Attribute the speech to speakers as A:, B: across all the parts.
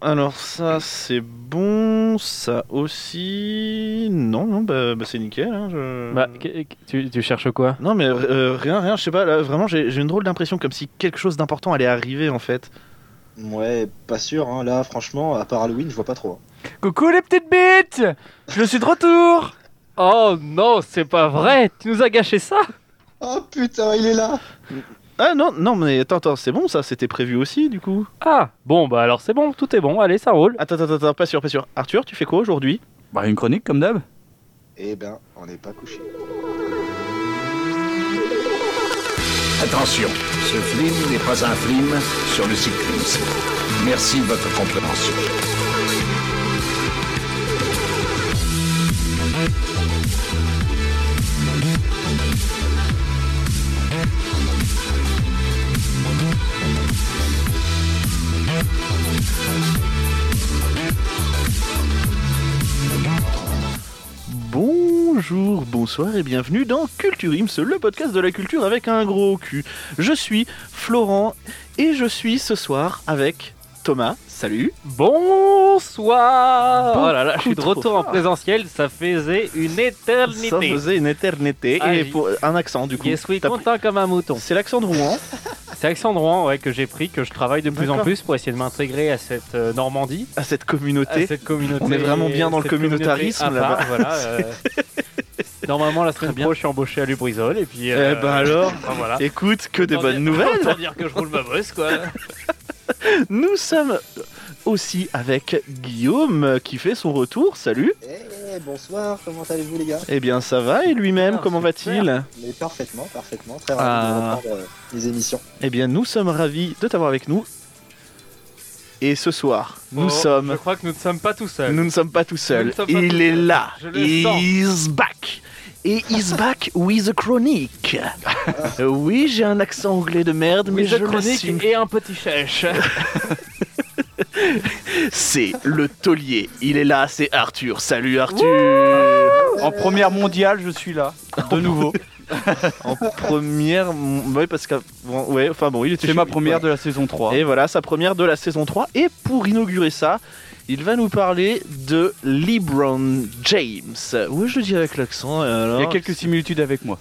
A: alors ça c'est bon, ça aussi. Non, non, bah, bah, c'est nickel. hein, je-
B: Bah, qu- qu- tu, tu cherches quoi
A: Non, mais euh, rien, rien, je sais pas, là, vraiment j'ai j'ai une drôle d'impression comme si quelque chose d'important allait arriver en fait.
C: Ouais, pas sûr, hein. là franchement, à part Halloween, je vois pas trop. hein.
D: Coucou les petites bites Je suis de retour
B: Oh non, c'est pas vrai Tu nous as gâché ça
C: Oh putain, il est là
A: Ah non, non, mais attends, attends, c'est bon ça, c'était prévu aussi du coup.
B: Ah, bon, bah alors c'est bon, tout est bon, allez, ça roule.
A: Attends, attends, attends, pas sûr, pas sûr. Arthur, tu fais quoi aujourd'hui
D: Bah une chronique comme d'hab.
C: Eh ben, on n'est pas couché.
E: Attention, ce film n'est pas un film sur le cyclisme. Merci de votre compréhension.
A: Bonjour, bonsoir et bienvenue dans Culture Ims, le podcast de la culture avec un gros cul. Je suis Florent et je suis ce soir avec Thomas. Salut.
B: Bonsoir Oh là là, je suis de
A: Beaucoup trop
B: retour en
A: fort.
B: présentiel, ça faisait une
A: Ça
B: éternité.
A: faisait une éternité
B: Ah,
A: et
B: j'ai-
A: pour un accent du coup.
B: Je suis
A: T'as
B: content comme un mouton.
A: pris- C'est l'accent de Rouen.
B: C'est Alexandre Rouen ouais, que j'ai pris, que je travaille de plus en
A: D'accord.
B: plus pour essayer de m'intégrer à cette euh, Normandie,
A: à cette
B: à
A: communauté.
B: cette communauté.
A: On est vraiment bien dans le
B: cette
A: communautarisme,
B: communauté à part,
A: là-bas.
B: voilà, euh, Normalement, la semaine
A: bien.
B: pro, je suis embauché à Lubrizol et puis. euh,
A: Eh ben alors,
B: enfin, voilà.
A: écoute, que des
B: Autant
A: bonnes
B: dire-
A: nouvelles.
B: Autant dire que je roule ma bosse, quoi.
A: Nous sommes aussi avec Guillaume euh, qui fait son retour. Salut.
C: Eh, bonsoir, comment allez-vous les gars
A: Eh bien, ça va et lui-même,
B: Ah,
A: comment va-t-il
C: Mais parfaitement, parfaitement, très
A: Ah.
C: ravi de reprendre euh, les émissions.
A: Eh bien, nous sommes ravis de t'avoir avec nous. Et ce soir, nous
B: Oh, Je
A: sommes,
B: crois que nous ne sommes pas tout seuls.
A: nous ne sommes pas tout
B: Nous
A: seuls.
B: ne sommes pas
A: Il
B: tout
A: est
B: seuls.
A: là.
B: Je le
A: He's back. Et he's back with a chronique. oui, j'ai un accent anglais de merde, mais
B: Une
A: je
B: chronique
A: l'assume.
B: et un petit chèche.
A: C'est le taulier. Il est là, c'est Arthur. Salut Arthur.
D: En première mondiale, je suis là. De nouveau.
A: En première, ouais, parce que, bon, ouais, enfin bon, il était.
D: C'est ma
A: chez-
D: première de la saison 3.
A: Et voilà, sa première de la saison 3. Et pour inaugurer ça, il va nous parler de LeBron James. Oui, je le dis avec l'accent. et Alors...
D: Il y a quelques similitudes avec moi.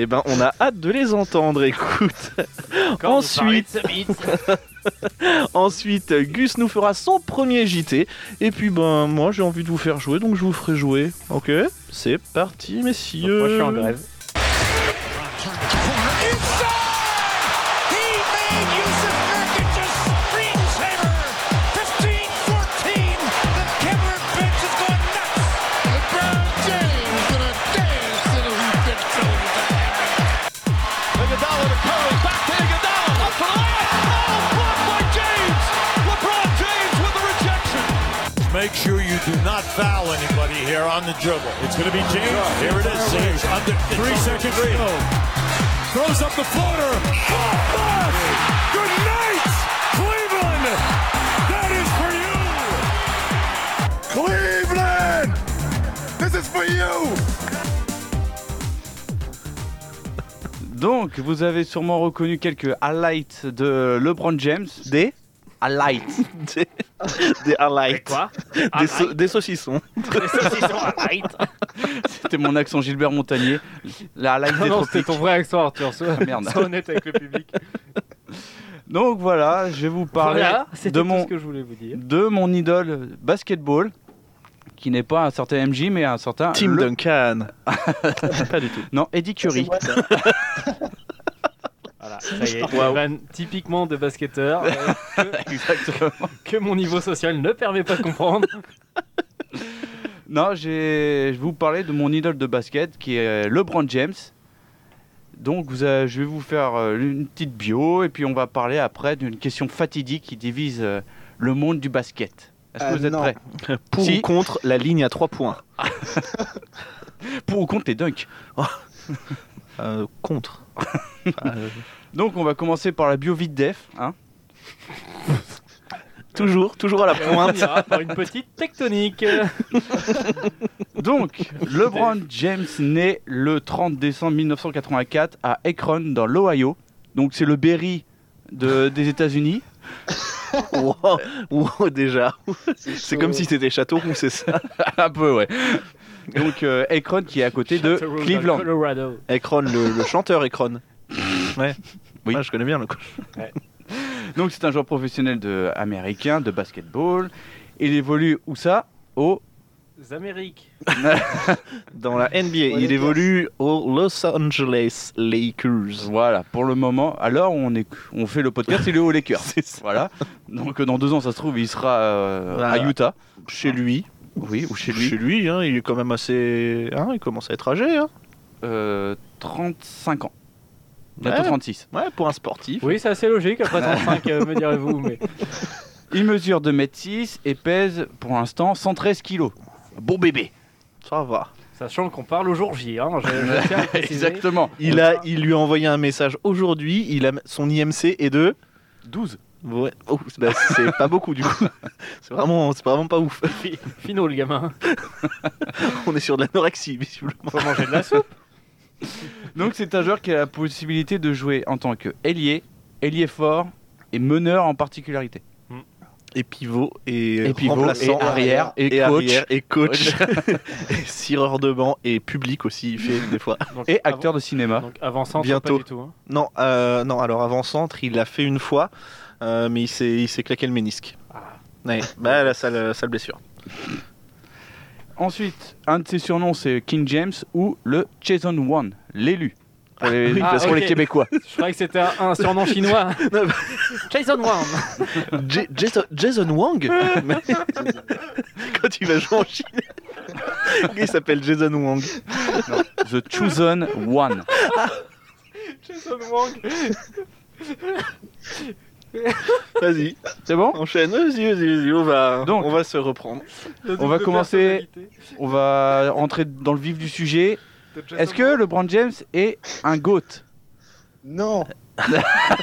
A: Eh ben, on a hâte de les entendre, écoute.
B: Quand vous parlez
A: Ensuite-
B: de ce beat.
A: Ensuite, Gus nous fera son premier JT. Et puis, ben, moi, j'ai envie de vous faire jouer, donc je vous ferai jouer. Ok C'est parti, messieurs.
B: Moi, je suis en grève.
F: He made Yusuf Nurkic a screensaver. 15-14. The Kevlar bench has gone nuts. LeBron James gonna dance till he gets over Iguodala to Curry, back to Iguodala, up for the layup. Oh, blocked by James. LeBron James with the rejection.
G: Make sure you do not foul anybody here on the dribble. It's going to be James. Here it is. James under three seconds to go. Throws up the floater. Off mark. Good night, Cleveland. That is for you. Cleveland, this is for you.
D: Donc, vous avez sûrement reconnu quelques highlights de LeBron James.
A: Des,
D: Highlights.
A: des, des highlights.
B: Et quoi Ah,
A: des,
B: Arrête.
A: sau- des saucissons.
B: Les saucissons, arrête.
D: C'était mon accent Gilbert Montagnier. La highlight
B: Ah Non,
D: des
B: non, c'était
D: tropiques.
B: ton vrai accent, Arthur. Sois,
D: Ah, merde.
B: sois honnête avec le public.
D: Donc voilà, je vais vous parler
B: Voilà, c'était
D: de,
B: tout
D: mon,
B: ce que je voulais vous dire.
D: de mon idole basketball, qui n'est pas un certain MJ, mais un certain...
A: Tim
D: Le-
A: Duncan. Pas du tout.
D: Non, Eddie
C: C'est
D: Curry.
C: moi, ça.
B: Voilà, ça y est,
A: Waouh.
B: une vanne typiquement de basketteur euh,
D: Exactement.
B: que mon niveau social ne permet pas de comprendre.
D: Non, j'ai- je vais vous parler de mon idole de basket qui est euh, LeBron James. Donc vous avez- je vais vous faire euh, une petite bio et puis on va parler après d'une question fatidique qui divise euh, le monde du basket. Est-ce que
C: Ah,
D: vous êtes
C: non.
D: prêts
A: Pour
D: Si.
A: ou contre la ligne à 3 points
D: Pour ou contre les dunks
A: Euh, Contre. Enfin, euh,
D: Donc on va commencer par la bio vite def. hein.
A: toujours, toujours à la
B: Et on
D: Hein
A: pointe.
B: finira par une petite tectonique.
D: Donc LeBron James naît le 30 décembre 1984 à Akron dans l'Ohio. Donc c'est le Berry de, des États-Unis.
A: Wow, wow, déjà. C'est
C: chaud.
A: comme si c'était Châteauroux, c'est ça
D: Un peu, ouais. Donc, euh, Akron qui est à côté de
H: Châteauroux dans le
D: Cleveland.
H: Colorado.
A: Ekron, le, le chanteur Ekron. Ouais.
D: Oui.
A: Ah, je connais bien le coach.
D: Donc, c'est un joueur professionnel de, américain de basketball. Il évolue où ça Au.
H: Les Amériques.
A: Dans la NBA,
C: Ouais,
A: il
C: les
A: évolue aux Los Angeles Lakers.
D: Voilà, pour le moment. Alors, on, est, on fait le podcast, il est au Lakers. Voilà. Donc, dans deux ans, ça se trouve, il sera euh, à
A: Voilà.
D: Utah.
A: Chez lui.
D: Oui, ou chez
A: Chez
D: lui.
A: lui, hein, il est quand même assez. hein, il commence à être âgé. Hein.
D: Euh, 35 ans. Bientôt
A: Ouais.
D: 36.
A: Ouais, pour un sportif.
H: Oui, c'est assez logique après 35, euh, me direz-vous. Mais...
D: Il mesure 2m6 et pèse pour l'instant 113 kg.
A: Bon bébé. Ça va.
H: Sachant qu'on parle au jour J. Hein, je, je tiens à le préciser.
D: Exactement.
A: Il, a, il lui a envoyé un message aujourd'hui. Il a, son IMC est de.
D: 12.
A: Ouais. Oh, c'est- bah, c'est pas beaucoup du coup. C'est vraiment, c'est vraiment pas ouf.
H: Fi- Finot, le gamin.
A: On est sur de l'anorexie, visiblement.
H: Faut manger de la soupe.
D: Donc c'est un joueur qui a la possibilité de jouer en tant que ailier, ailier fort et meneur en particularité.
A: Et pivot et,
D: Et pivot,
A: remplaçant
D: et arrière, et
A: et
D: coach.
A: arrière, et coach, et sireur de banc et public aussi, il fait des fois.
H: Donc,
D: Et
H: avant-
D: acteur de cinéma.
H: Donc avançant,
A: Bientôt.
H: pas du tout. hein.
A: Non, euh, non. Alors avant centre, il l'a fait une fois, euh, mais il s'est, il s'est claqué le ménisque. Ouais, bah la sale, sale blessure.
D: Ensuite, un de ses surnoms c'est King James ou le Jason One, l'élu. Pour les,
A: Oui,
D: parce
H: ah,
D: qu'on
H: ok.
D: les Québécois.
H: Je croyais que c'était un, un surnom chinois.
A: Non,
D: bah.
H: Jason Wang.
A: J- Jason, Jason Wang, Mais- quand il va jouer en Chine, il s'appelle Jason Wang.
D: The Chosen One.
H: Jason Wang.
A: Vas-y,
D: C'est bon
A: enchaîne. Vas-y, vas-y, vas-y, on va,
D: Donc.
A: on va se reprendre.
D: On va commencer- On va rentrer dans le vif du sujet. Est-ce que LeBron James est un GOAT
C: Non,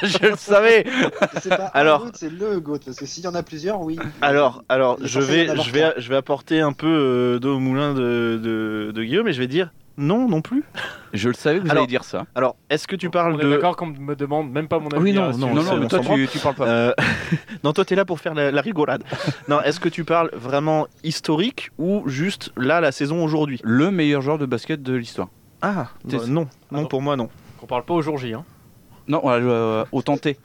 D: Je le savais
C: c'est pas
A: Alors-
C: un goat, c'est le goat. Parce que s'il y en a plusieurs, oui.
A: Alors, alors,
C: Il est
A: je
C: censé y en
A: vais,
C: avoir
A: je vais, je vais apporter un peu euh, d'eau au moulin de, de, de Guillaume et je vais dire non, non plus.
D: Je le savais que vous
A: Alors,
D: alliez dire ça.
A: Alors, est-ce que tu parles
H: On est
A: de
H: d'accord qu'on me demande même pas mon avis.
A: bah, Oui, non,
H: hein, si
A: non,
H: tu
D: Non,
H: veux.
A: c'est-
D: non, mais
A: on
D: toi,
A: s'en
D: tu, tu parles pas.
A: Euh, non, toi, t'es là pour faire la, la rigolade. non, est-ce que tu parles vraiment historique ou juste là, la saison aujourd'hui
D: Le meilleur joueur de basket de l'histoire.
A: Ah,
D: T'es-
A: bah, non, non,
H: non.
A: pour moi, non.
H: Qu'on parle pas au jour J. Hein.
D: Non, on a joué, euh, au tenté.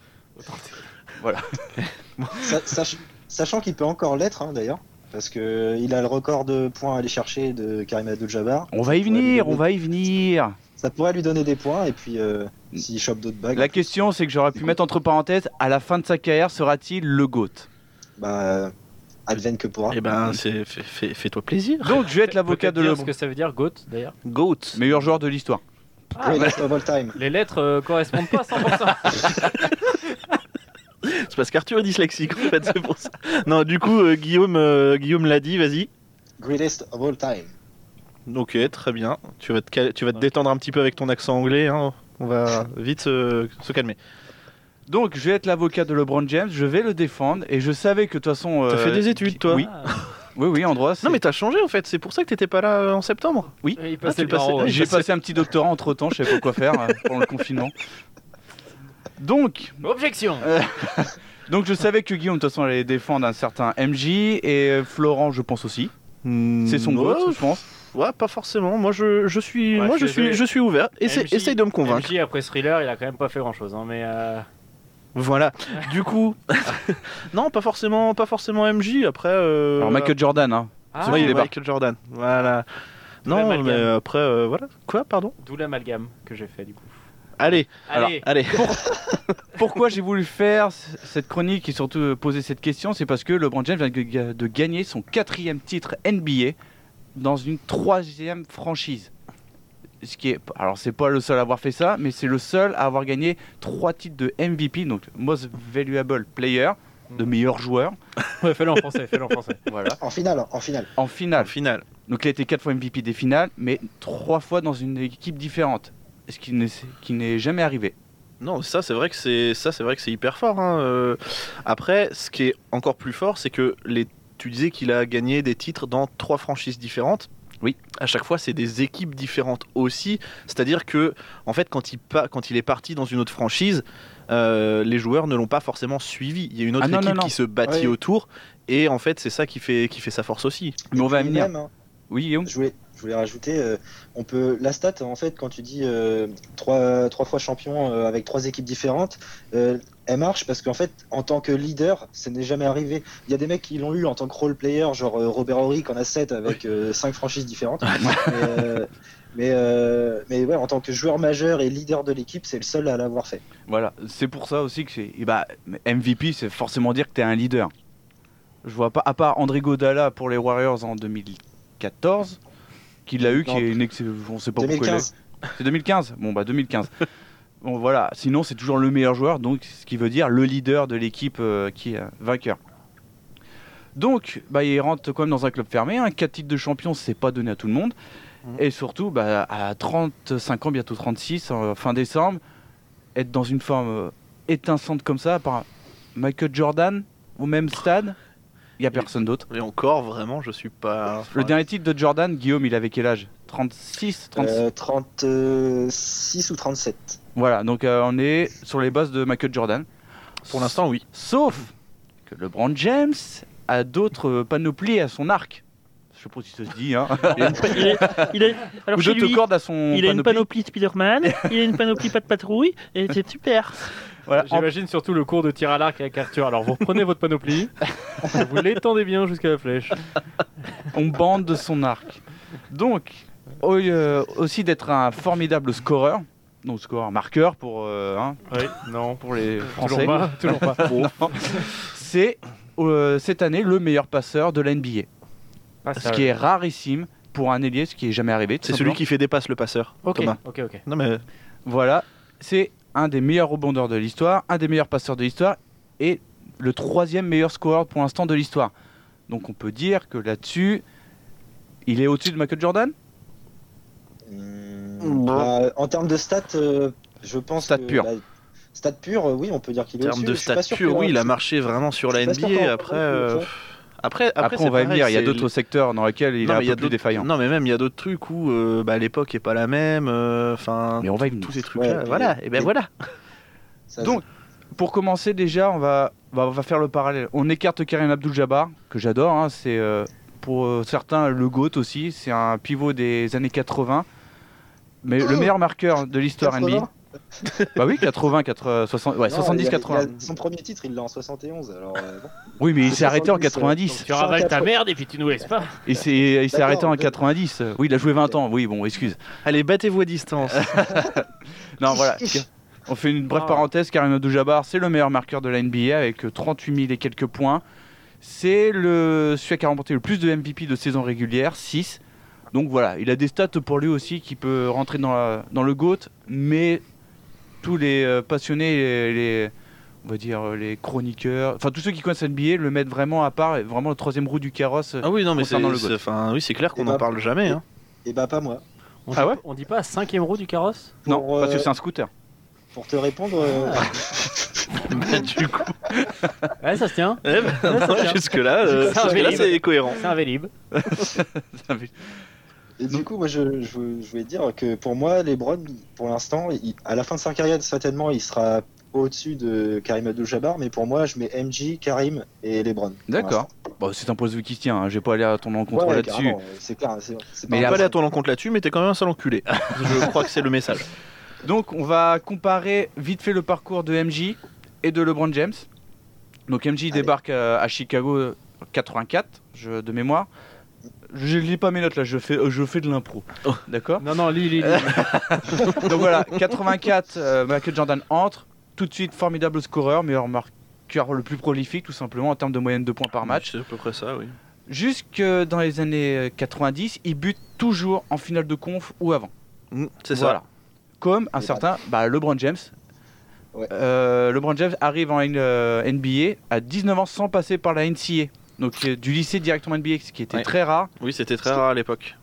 C: Sa- sach- sachant qu'il peut encore l'être, hein, d'ailleurs. Parce que il a le record de points à aller chercher de Karim Abdul-Jabbar.
D: On va y
C: Ouais,
D: venir,
C: mais-
D: on va y venir.
C: Ça pourrait lui donner des points. Et puis, euh,
A: Mm.
C: s'il chope d'autres bagues,
D: La question, c'est que j'aurais pu mettre entre parenthèses, à la fin de sa carrière, sera-t-il le GOAT
C: bah, euh, advienne que pourra.
A: Eh ben, c'est- fais- fais- fais-toi plaisir.
D: Donc, je vais être l'avocat
H: Peut-être
D: de
H: dire
D: LeBron.
H: ce que ça veut dire, GOAT d'ailleurs.
A: Goat.
D: Meilleur joueur de l'histoire.
B: Ah,
D: Ah,
C: Greatest of all time.
H: Les lettres euh, correspondent pas à 100%.
A: C'est parce qu'Arthur est dyslexique, en fait, c'est pour ça. Non, du coup, euh, Guillaume, euh, Guillaume l'a dit, vas-y.
C: Greatest of all time.
A: Ok, très bien. Tu vas te, cal- tu vas te détendre un petit peu avec ton accent anglais. hein. On va vite se, se calmer.
D: Donc, je vais être l'avocat de LeBron James, je vais le défendre, et je savais que de toute façon.
A: T'as
D: euh,
A: fait des études, toi
D: Oui,
H: Ah,
D: oui, oui, en droit. c'est-
A: Non, mais t'as changé en fait. C'est pour ça que t'étais pas là euh, en septembre.
D: Oui.
H: Il
A: Ah, tu
H: passait le
A: le passais.
H: barreau.
A: Oui,
D: J'ai
A: parce que-
D: passé un petit doctorat entre temps, je savais pas quoi faire euh, pendant le confinement. Donc,
H: Objection.
D: Donc je savais que Guillaume de toute façon allait défendre un certain MJ et euh, Florent je pense aussi. C'est son
A: Mmh, ouais,
D: vote je pense.
A: Ouais, pas forcément. Moi, je, je suis,
H: Ouais,
A: moi,
H: je
A: je
H: suis
A: suis,
H: désolé.
A: je suis ouvert. Essaye,
H: MJ,
A: essaye de me convaincre.
H: MJ après Thriller, il a quand même pas fait grand chose. Hein, mais euh,
A: Voilà. Du coup, non, pas forcément, pas forcément MJ. Après, euh,
D: Alors Michael Jordan hein.
H: ah,
A: ouais,
D: il est
A: Michael Jordan. Voilà. Non,
H: l'amalgame.
A: mais après, euh, voilà. Quoi, pardon
H: D'où l'amalgame que j'ai fait du coup.
A: Allez,
H: Allez,
A: allez.
D: Pourquoi j'ai voulu faire c- cette chronique et surtout euh, poser cette question c'est parce que LeBron James vient de ga- de gagner son quatrième titre NBA dans une troisième franchise. Ce qui est alors c'est pas le seul à avoir fait ça mais c'est le seul à avoir gagné trois titres de MVP donc Most Valuable Player de meilleur joueur
H: Ouais, fais-le en français, fais-le en français.
D: voilà
C: En finale, en finale.
D: en finale.
A: Final.
D: Donc il a été 4 fois MVP des finales, mais 3 fois dans une équipe différente. Ce qui n'est- qui n'est jamais arrivé.
A: Non, ça c'est vrai que c'est ça c'est vrai que c'est hyper fort. hein. Euh, Après, ce qui est encore plus fort, c'est que les tu disais qu'il a gagné des titres dans trois franchises différentes.
D: Oui.
A: À chaque fois, c'est des équipes différentes aussi. C'est-à-dire que, en fait, quand il, pa- quand il est parti dans une autre franchise, euh, les joueurs ne l'ont pas forcément suivi. Il y a une autre
D: Ah, non,
A: équipe
D: non, non.
A: qui se bâtit
C: Oui.
A: autour. Et en fait, c'est ça qui fait, qui fait sa force aussi.
D: Mais on va
C: Et
D: venir.
C: même, hein,
D: Oui, Guillaume
C: je voulais, je voulais rajouter, euh, on peut la stat en fait quand tu dis euh, trois, trois fois champion euh, avec trois équipes différentes, euh, elle marche parce qu'en fait en tant que leader, ça n'est jamais arrivé. Il y a des mecs qui l'ont eu en tant que role player, genre euh, Robert Horry qui en a sept avec euh, cinq franchises différentes. mais, euh, mais, euh, mais ouais, en tant que joueur majeur et leader de l'équipe, c'est le seul à l'avoir fait.
D: Voilà, c'est pour ça aussi que c'est. eh bah, MVP, c'est forcément dire que t'es un leader. Je vois pas, à part André Godala pour les Warriors en 2014, qui l'a eu, qui
C: Non.
D: est une ex- On sait pas pourquoi il l'a
C: 2015.
D: eu. C'est 2015 Bon, bah 2015. bon, voilà, sinon c'est toujours le meilleur joueur, donc ce qui veut dire le leader de l'équipe euh, qui est euh, vainqueur. Donc, bah, il rentre quand même dans un club fermé. Hein. 4 titres de champion, c'est pas donné à tout le monde.
A: Mhm.
D: Et surtout, bah, à 35 ans, bientôt 36, en fin décembre, être dans une forme euh, étincelante comme ça, par Michael Jordan, au même stade, il n'y a personne d'autre.
A: Et encore, vraiment, je suis pas.
D: Le
A: enfin,
D: dernier titre de Jordan, Guillaume, il avait quel âge 36 36
C: Euh, 36 ou 37.
D: Voilà, donc euh, on est sur les bases de Michael Jordan.
A: Pour l'instant, oui.
D: Sauf que LeBron James a d'autres euh, panoplies à son arc. Je sais pas si ça se dit, hein.
H: Il a- il a- alors
D: Ou
H: chez
D: d'autres
H: lui,
D: cordes à son
H: il a une
D: panoplie.
H: panoplie Spider-Man, il a une panoplie pas de patrouille, et c'est super.
D: Voilà, en-
B: J'imagine surtout le cours de tir à l'arc avec Arthur. Alors vous reprenez votre panoplie, vous l'étendez bien jusqu'à la flèche.
D: on bande de son arc. Donc, au- euh, aussi d'être un formidable scoreur, donc scoreur marqueur pour, euh, hein,
B: Oui, non.
D: pour les Français,
B: Toujours pas, toujours pas.
D: c'est euh, cette année le meilleur passeur de la NBA.
B: Ah,
D: Ce qui est rarissime pour un ailier, ce qui est jamais arrivé. tout
A: C'est
D: simplement.
A: celui qui fait dépasse le passeur.
B: Ok,
A: Thomas.
B: ok, ok.
A: Non, mais
D: Voilà, c'est un des meilleurs rebondeurs de l'histoire, un des meilleurs passeurs de l'histoire et le troisième meilleur scoreur pour l'instant de l'histoire. Donc on peut dire que là-dessus, il est au-dessus de Michael Jordan
C: Hmm, bah, en termes de stats, euh, je pense.
D: Stats
C: que
D: purs.
C: la- Stats purs, euh, oui, on peut dire
A: en
C: qu'il est
A: termes
C: au-dessus,
A: de
C: je suis pas sûr
A: stature,
C: que-
A: oui, il a marché vraiment sur
C: je
A: la
C: suis pas sûr
A: NBA.
C: qu'on-
A: Après, euh, après, après,
D: Après,
A: c'est
D: on va y
A: pareil,
D: venir, il y a
A: c'est-
D: d'autres secteurs dans lesquels il
A: Non,
D: est un
A: mais il y
D: peu
A: a
D: plus
A: d'autres-
D: défaillant.
A: Non, mais même, il y a d'autres trucs où euh, bah, l'époque est pas la même. euh, Enfin,
D: Mais on va y venir.
A: tous ces trucs-là.
C: Ouais,
A: voilà, et ben
C: et-
A: voilà.
C: Ça,
D: Donc, Pour commencer déjà, on va, bah, on va faire le parallèle. On écarte Karim Abdul-Jabbar, que j'adore, hein, c'est euh, pour euh, certains le GOAT aussi, c'est un pivot des années 80. Mais le meilleur marqueur de
C: c'est-
D: l'histoire NBA.
C: 80?
D: Bah oui, 80, 80 60, ouais,
C: Non,
D: 70,
C: il a-
D: 80.
C: il a- Son premier titre, il l'a en 71. Alors, euh, bon.
D: Oui, mais il
C: C'est
D: s'est arrêté en
C: 70,
D: 90.
H: Tu ravales ta merde et puis tu nous laisses pas.
D: Il s'est il s'est arrêté en
C: D'accord.
D: 90. Oui, il a joué 20 ans. Oui, bon, excuse.
A: Allez, battez-vous à distance.
D: Non, voilà.
C: Ich.
D: On fait une brève
B: Ah.
D: parenthèse. Karim Abdul-Jabbar, c'est le meilleur marqueur de la NBA avec euh, 38 000 et quelques points. C'est le celui qui a remporté le plus de MVP de saison régulière, 6. Donc voilà, il a des stats pour lui aussi qui peut rentrer dans, la- dans le GOAT, mais tous les euh, passionnés, les, les- on va dire euh, les chroniqueurs, enfin tous ceux qui connaissent NBA le mettent vraiment à part, et vraiment le troisième roue du carrosse. euh,
A: ah oui, non, mais c'est
D: Concernant le
A: c'est-
D: GOAT.
A: enfin, oui, c'est clair qu'on
C: Et
A: en
C: bah-
A: parle jamais. hein.
C: Eh bah, pas moi.
B: On,
D: Ah
B: dit,
D: ouais
B: on dit pas cinquième roue du carrosse
D: non,
C: pour,
D: parce que
C: euh,
D: c'est un scooter.
C: Pour te répondre, euh, Eh
A: Bah,
C: ben,
A: du coup,
B: Ouais, ça se tient.
A: eh ben, non,
B: c'est bien.
A: jusque-là, euh,
B: C'est un
A: jusque-là,
B: Vélib.
A: c'est cohérent.
B: C'est un Vélib.
C: et du coup, moi, je, je, je voulais dire que pour moi, LeBron, pour l'instant, il- à la fin de sa carrière, certainement, il sera au-dessus de Karim Abdul-Jabbar, mais pour moi, je mets MJ, Karim et LeBron. pour
D: D'accord. Bon, c'est un point de vue qui se tient, hein. je vais pas aller à ton encontre
C: Ouais, ouais,
D: là-dessus.
C: carrément, ouais, C'est clair, c'est c'est
D: Mais
A: On
D: il
A: va
D: a-
A: pas aller à ton encontre là-dessus, mais t'es quand même un sale enculé. Je crois que c'est le message.
D: Donc, on va comparer vite fait le parcours de MJ et de LeBron James. Donc, MJ débarque euh, à Chicago euh, 84, je- de mémoire. Je lis pas mes notes là, je fais, euh, je fais de l'impro. D'accord
B: Non, non, Lili.
D: Donc voilà, 84, euh, Michael Jordan entre. Tout de suite, formidable scoreur, meilleur marqueur le plus prolifique, tout simplement, en termes de moyenne de points par match.
A: C'est à peu près ça, oui.
D: Jusque dans les années 90, il bute toujours en finale de conf ou avant.
A: Mm, C'est ça.
D: Voilà. Comme un
C: Et
D: certain bah, LeBron James.
C: Ouais.
D: Euh, LeBron James arrive en euh, NBA à 19 ans sans passer par la NCA. Donc euh, du lycée directement NBA, ce qui était
A: Ouais.
D: très rare.
A: Oui, c'était très rare à l'époque.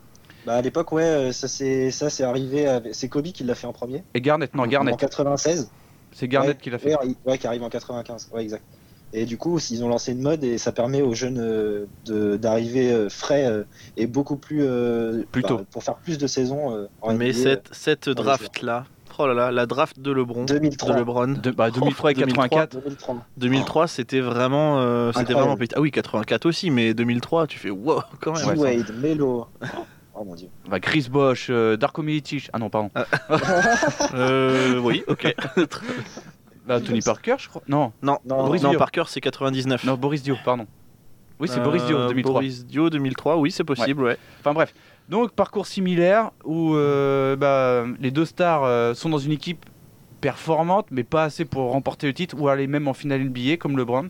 C: Bah à l'époque ouais euh, ça c'est ça c'est arrivé avec- c'est Kobe qui l'a fait en premier
D: Et Garnett, non
C: en
D: Garnett.
C: 96
D: C'est Garnett
C: Ouais.
D: qui l'a fait.
C: ouais, il- ouais, qui arrive en 95 ouais exact Et du coup, ils ont lancé une mode et ça permet aux jeunes euh, de- d'arriver euh, frais euh, et beaucoup plus. euh,
D: Plus tôt.
C: pour faire plus de saisons euh, en
A: Mais
C: NBA,
A: cette, cette
C: bien sûr.
A: draft-là, oh là là, la draft de
C: euh,
A: LeBron,
C: 2003.
A: de LeBron,
D: De, bah,
A: Oh,
D: 2003 et 84.
C: 2003.
A: 2003, c'était vraiment, euh, c'était
C: Incroyable.
A: vraiment pété. Ah oui, 84 aussi, mais 2003, tu fais wow quand même.
D: Ouais, ça-
C: Wade, Melo. Oh mon dieu.
D: Bah, Chris Bosch, euh, Darko Milicic. Ah non, pardon.
A: Euh, oui, ok.
D: Bah, Tony Parker, je crois. Non,
C: Non,
D: Boris
A: non,
D: Dio.
A: par cœur, c'est 99.
D: non, Boris Dio, pardon. Oui, c'est
A: Euh,
D: Boris Dio, 2003.
A: Boris Dio, 2003, oui, c'est possible, ouais.
D: Enfin bref. Donc, parcours similaire où euh, bah, les deux stars euh, sont dans une équipe performante, mais pas assez pour remporter le titre ou aller même en finale NBA comme LeBron.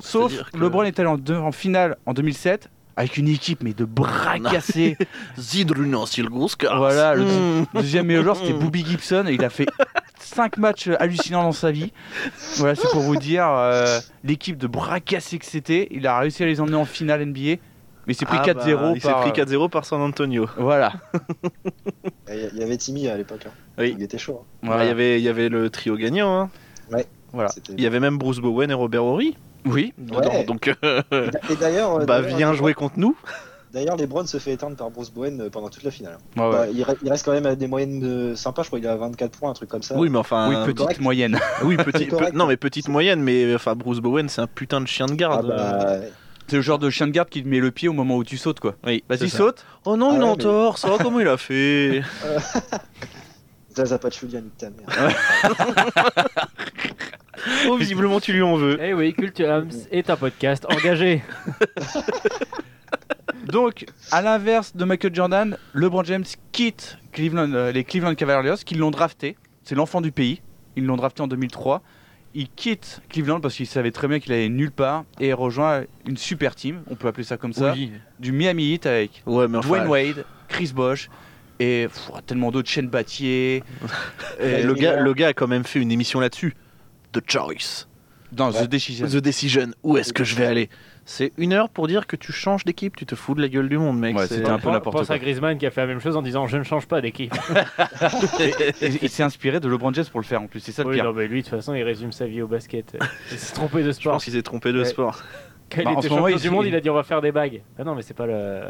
D: Sauf
A: C'est-à-dire que-
D: LeBron est allé en, deux- en finale en 2007 avec une équipe mais de bras
A: Non.
D: cassés.
A: Zidrunas Silgouskas.
D: Voilà, le-
A: Mm.
D: Deuxième meilleur joueur, c'était Booby Gibson. Et il a fait 5 matchs hallucinants dans sa vie. Voilà, c'est pour vous dire euh, l'équipe de bras cassés que c'était. Il a réussi à les emmener en finale NBA. Mais il s'est pris
A: Ah bah,
D: 4-0.
A: Il s'est
D: par- euh,
A: pris Ah, 4-0 par San Antonio. Bah,
D: Voilà.
C: Et Il y avait Timmy à l'époque. hein.
A: Oui.
C: Il était chaud.
A: Bah, Il y, avait, il y avait le trio gagnant. hein.
D: Voilà.
C: C'était-
A: Il y avait même Bruce Bowen et Robert Horry.
D: Oui.
A: dedans,
C: Ouais.
A: Donc, euh,
C: Et d'ailleurs, euh,
A: bah,
C: d'ailleurs,
A: viens jouer contre nous.
C: D'ailleurs, les Browns se fait éteindre par Bruce Bowen euh, pendant toute la finale.
D: Ouais, ouais.
C: Bah, il, re- il reste quand même à des moyennes de... sympas, je crois qu'il est à 24 points, un truc comme ça.
A: Oui, mais enfin.
D: oui,
A: euh,
D: petite
C: correct.
D: moyenne.
A: oui, petit-
C: C'est correct.
A: pe- non, mais petite moyenne, mais enfin, Bruce Bowen, c'est un putain de chien de
C: Ah,
A: garde.
C: bah,
D: C'est le genre de chien de garde qui te met le pied au moment où tu sautes, quoi.
A: Oui,
D: Vas-y,
A: c'est ça.
D: saute.
A: Oh non,
C: Ah
A: il
C: ouais,
A: en
C: mais-
A: torse. Oh, comment il a fait
C: Zaza Pachulia, nique ta mère.
A: Oh, visiblement, tu lui en veux.
H: Eh oui, Culture Hams est un podcast engagé.
D: Donc, à l'inverse de Michael Jordan, LeBron James quitte Cleveland, euh, les Cleveland Cavaliers qui l'ont drafté. C'est l'enfant du pays. Ils l'ont drafté en 2003. Il quitte Cleveland parce qu'il savait très bien qu'il allait nulle part et rejoint une super team, on peut appeler ça comme ça,
A: Oui.
D: du Miami Heat avec
A: Ouais, mais enfin,
D: Dwayne Wade, Chris Bosh et pff, tellement d'autres, Shane Battier.
A: eh, le, gars, le gars a quand même fait une émission là-dessus. The Choice.
D: Dans
C: Ouais.
D: The Decision.
A: The Decision, où est-ce que je vais aller C'est une heure pour dire que tu changes d'équipe, tu te fous de la gueule du monde, mec.
D: Ouais,
A: c'est-
D: c'était un peu
H: Pense-
D: n'importe
H: Pense
D: quoi.
H: à Griezmann qui a fait la même chose en disant Je ne change pas d'équipe.
D: Et il s'est inspiré de LeBron James pour le faire en plus, c'est ça le
H: Oui,
D: pire.
H: non, mais lui, de toute façon, il résume sa vie au basket. Il s'est trompé de
A: Je
H: sport.
A: pense qu'il s'est trompé de
H: Ouais.
A: sport.
H: Quand
D: Bah,
H: il
D: en ce
H: était
D: moment,
H: champion
D: il-
H: du monde, il a dit on va faire des bagues. Ah non, mais c'est pas le,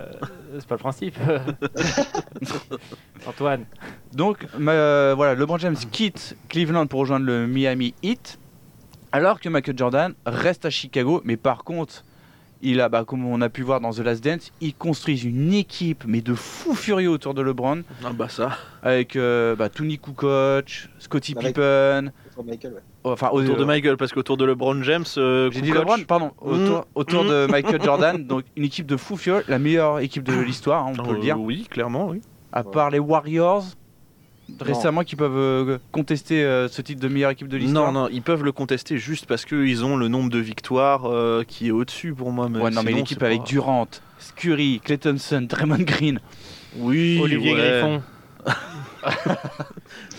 H: c'est pas le principe. Antoine,
D: Donc ma- euh, voilà, LeBron James quitte Cleveland pour rejoindre le Miami Heat, alors que Michael Jordan reste à Chicago. Mais par contre, il a, bah, comme on a pu voir dans The Last Dance, ils construisent une équipe mais de fous furieux autour de LeBron
A: Ah bah ça.
D: avec euh, bah, Tony Kukoc, Scottie
C: Avec-
D: Pippen,
C: Pour Michael, ouais.
D: enfin
A: Autour de
D: euh,
A: Michael, parce qu'autour de LeBron James, euh,
D: j'ai dit
A: Kukoc-
D: LeBron, pardon, autour,
A: Mm.
D: autour de Michael Jordan, donc une équipe de fous furieux, la meilleure équipe de l'histoire, hein, on peut
A: Euh,
D: le dire.
A: Oui, clairement, oui.
D: À part les Warriors récemment qui peuvent euh, contester euh, ce titre de meilleure équipe de l'histoire.
A: Non, non, ils peuvent le contester juste parce qu'ils ont le nombre de victoires euh, qui est au-dessus pour moi. Mais
D: Ouais, non, mais
A: sinon,
D: l'équipe
A: c'est
D: avec
A: pas-
D: Durant, Curry, Clay Thompson, Draymond Green.
A: Oui,
H: Olivier
A: ouais.
H: Griffon.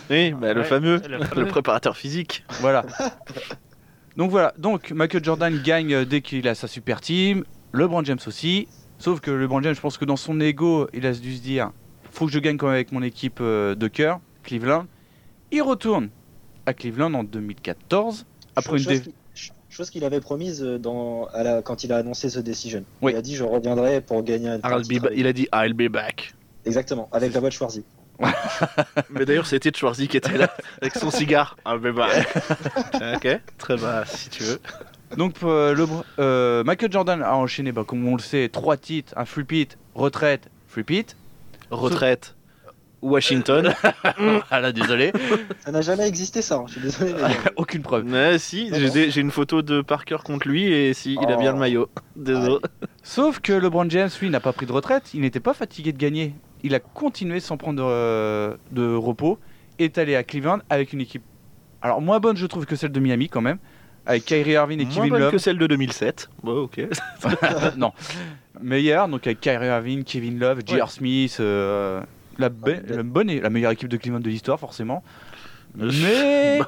A: Oui, bah, le
H: Ouais,
A: fameux,
H: le
A: le
H: fameux.
A: préparateur physique.
D: Voilà. Donc voilà. Donc Michael Jordan gagne euh, dès qu'il a sa super team. LeBron James aussi. Sauf que LeBron James, je pense que dans son ego, il a dû se dire faut que je gagne quand même avec mon équipe euh, de cœur, Cleveland. Il retourne à Cleveland en 2014.
C: Chose-
D: Après une
C: chose
D: dé-
C: qu'il- ch- Chose qu'il avait promise euh, dans, à la- quand il a annoncé ce Decision.
D: Oui.
C: Il a dit Je reviendrai pour gagner un. un
A: I'll be
C: titre
A: ba-
C: avec-
A: Il a dit I'll be back.
C: Exactement, avec la voix de Schwarzy.
A: Mais d'ailleurs, c'était Schwarzy qui était là avec son cigare.
D: Ah,
A: I'll be
D: bah.
A: back. ok, très bas, si tu veux.
D: Donc euh, LeBron- euh, Michael Jordan a enchaîné, bah, comme on le sait, trois titres un free pit, retraite, free pit.
A: Retraite. Washington.
D: Ah là, désolé,
C: Ça n'a jamais existé, ça. hein. Je suis désolé.
D: Ah,
C: les gars.
D: aucune preuve.
A: Mais si, j'ai des- j'ai une photo de Parker contre lui et si, il a bien
C: Oh.
A: le maillot. Désolé.
D: Ah, Sauf que LeBron James, lui, n'a pas pris de retraite. Il n'était pas fatigué de gagner. Il a continué sans prendre euh, de repos. Est allé à Cleveland avec une équipe. Alors, moins bonne, je trouve, que celle de Miami, quand même. Avec Kyrie Irving et
A: Moins
D: Kevin
A: bonne
D: Love.
A: que celle de 2007. Bah, ok.
D: non. Meilleure, donc avec Kyrie Irving, Kevin Love, J.R. Smith. euh, la, be- la bonne et la meilleure équipe de Cleveland de l'histoire, forcément. Mais.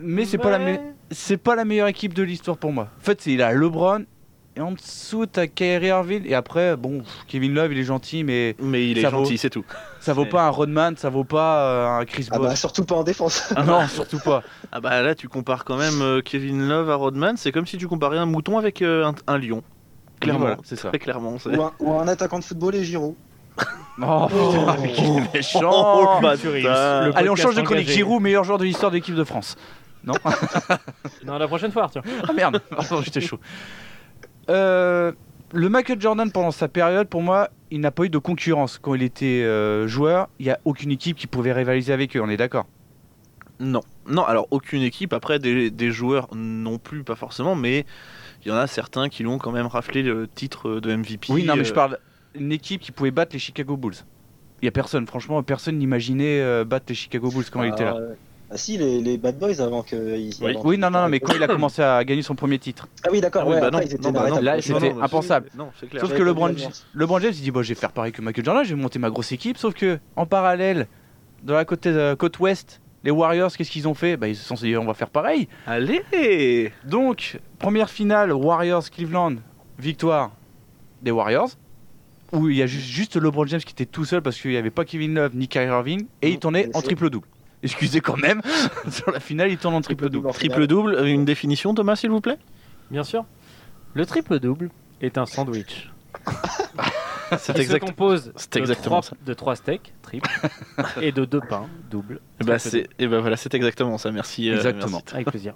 D: Mais c'est pas la me- c'est pas la meilleure équipe de l'histoire pour moi. En fait, c'est- il a LeBron Et en dessous, t'as Kyrie Irving. Et après, bon, pff, Kevin Love, il est gentil, mais
A: Mais il est
D: Ça vaut.
A: gentil, c'est tout.
D: ça vaut
A: C'est-
D: pas un Rodman, ça vaut pas euh, un Chris
C: Ah bah,
D: Bosh.
C: surtout pas en défense.
D: non, surtout pas.
A: Ah bah là, tu compares quand même euh, Kevin Love à Rodman, c'est comme si tu comparais un mouton avec euh, un, un lion. Clairement,
D: Voilà, c'est ça.
A: très clairement. c'est-
C: ou, un, ou un attaquant de football et Giroud.
D: Oh, putain, mais qui est
A: Oh,
D: méchant
A: le
B: Fury,
A: bâtard.
B: le-
D: Allez, on
B: podcast
D: change de chronique.
B: engagé.
D: Giroud, meilleur joueur de l'histoire de l'équipe de France. Non
B: Non, la prochaine fois, Arthur.
D: Ah merde, Pardon, j'étais chaud. Euh, le Michael Jordan, pendant sa période, pour moi, il n'a pas eu de concurrence. Quand il était euh, joueur, il n'y a aucune équipe qui pouvait rivaliser avec eux, on est d'accord
A: Non, non. Alors aucune équipe. Après, des, des joueurs non plus, pas forcément, mais il y en a certains qui l'ont quand même raflé le titre de MVP.
D: Oui, non, mais
A: euh,
D: je parle une équipe qui pouvait battre les Chicago Bulls. Il n'y a personne, franchement, personne n'imaginait euh, battre les Chicago Bulls quand il était là.
C: Ah, ouais. Ah si, les, les Bad Boys avant qu'ils...
A: Oui.
D: Oui, non, non, non, mais quand il a commencé à gagner son premier titre.
C: Ah oui, d'accord,
A: Ah oui,
C: ouais,
A: bah
C: après,
A: non,
C: ils étaient
A: non, bah
C: dans
A: non,
C: la
D: Là,
C: table.
D: c'était
A: non, mais
D: impensable.
A: c'est- Non, c'est clair.
D: Sauf
C: J'avais
D: que
C: pas
D: LeBron,
C: vu la nuance.
D: LeBron James, il dit bon, je vais faire pareil que Michael Jordan, je vais monter ma grosse équipe. Sauf que en parallèle, dans la côte, euh, côte ouest, les Warriors, qu'est-ce qu'ils ont fait bah, Ils se sont dit on va faire pareil.
A: Allez
D: Donc, première finale, Warriors-Cleveland, victoire des Warriors. Où il y a juste, juste LeBron James qui était tout seul parce qu'il n'y avait pas Kevin Love ni Kyrie Irving et il tournait en triple-double. Excusez quand même, sur la finale, il tourne en triple-double.
C: en finale.
A: Triple double, une définition, Thomas, s'il vous plaît.
B: Bien sûr. Le triple-double est un sandwich.
A: C'est
B: qui se
A: exact.
B: compose
A: c'est
B: de
A: exactement
B: trois- de trois steaks, triple, et de deux pains, double.
A: Eh Bah c'est, et bah voilà, c'est exactement ça. Merci. euh,
D: Exactement.
B: Avec plaisir.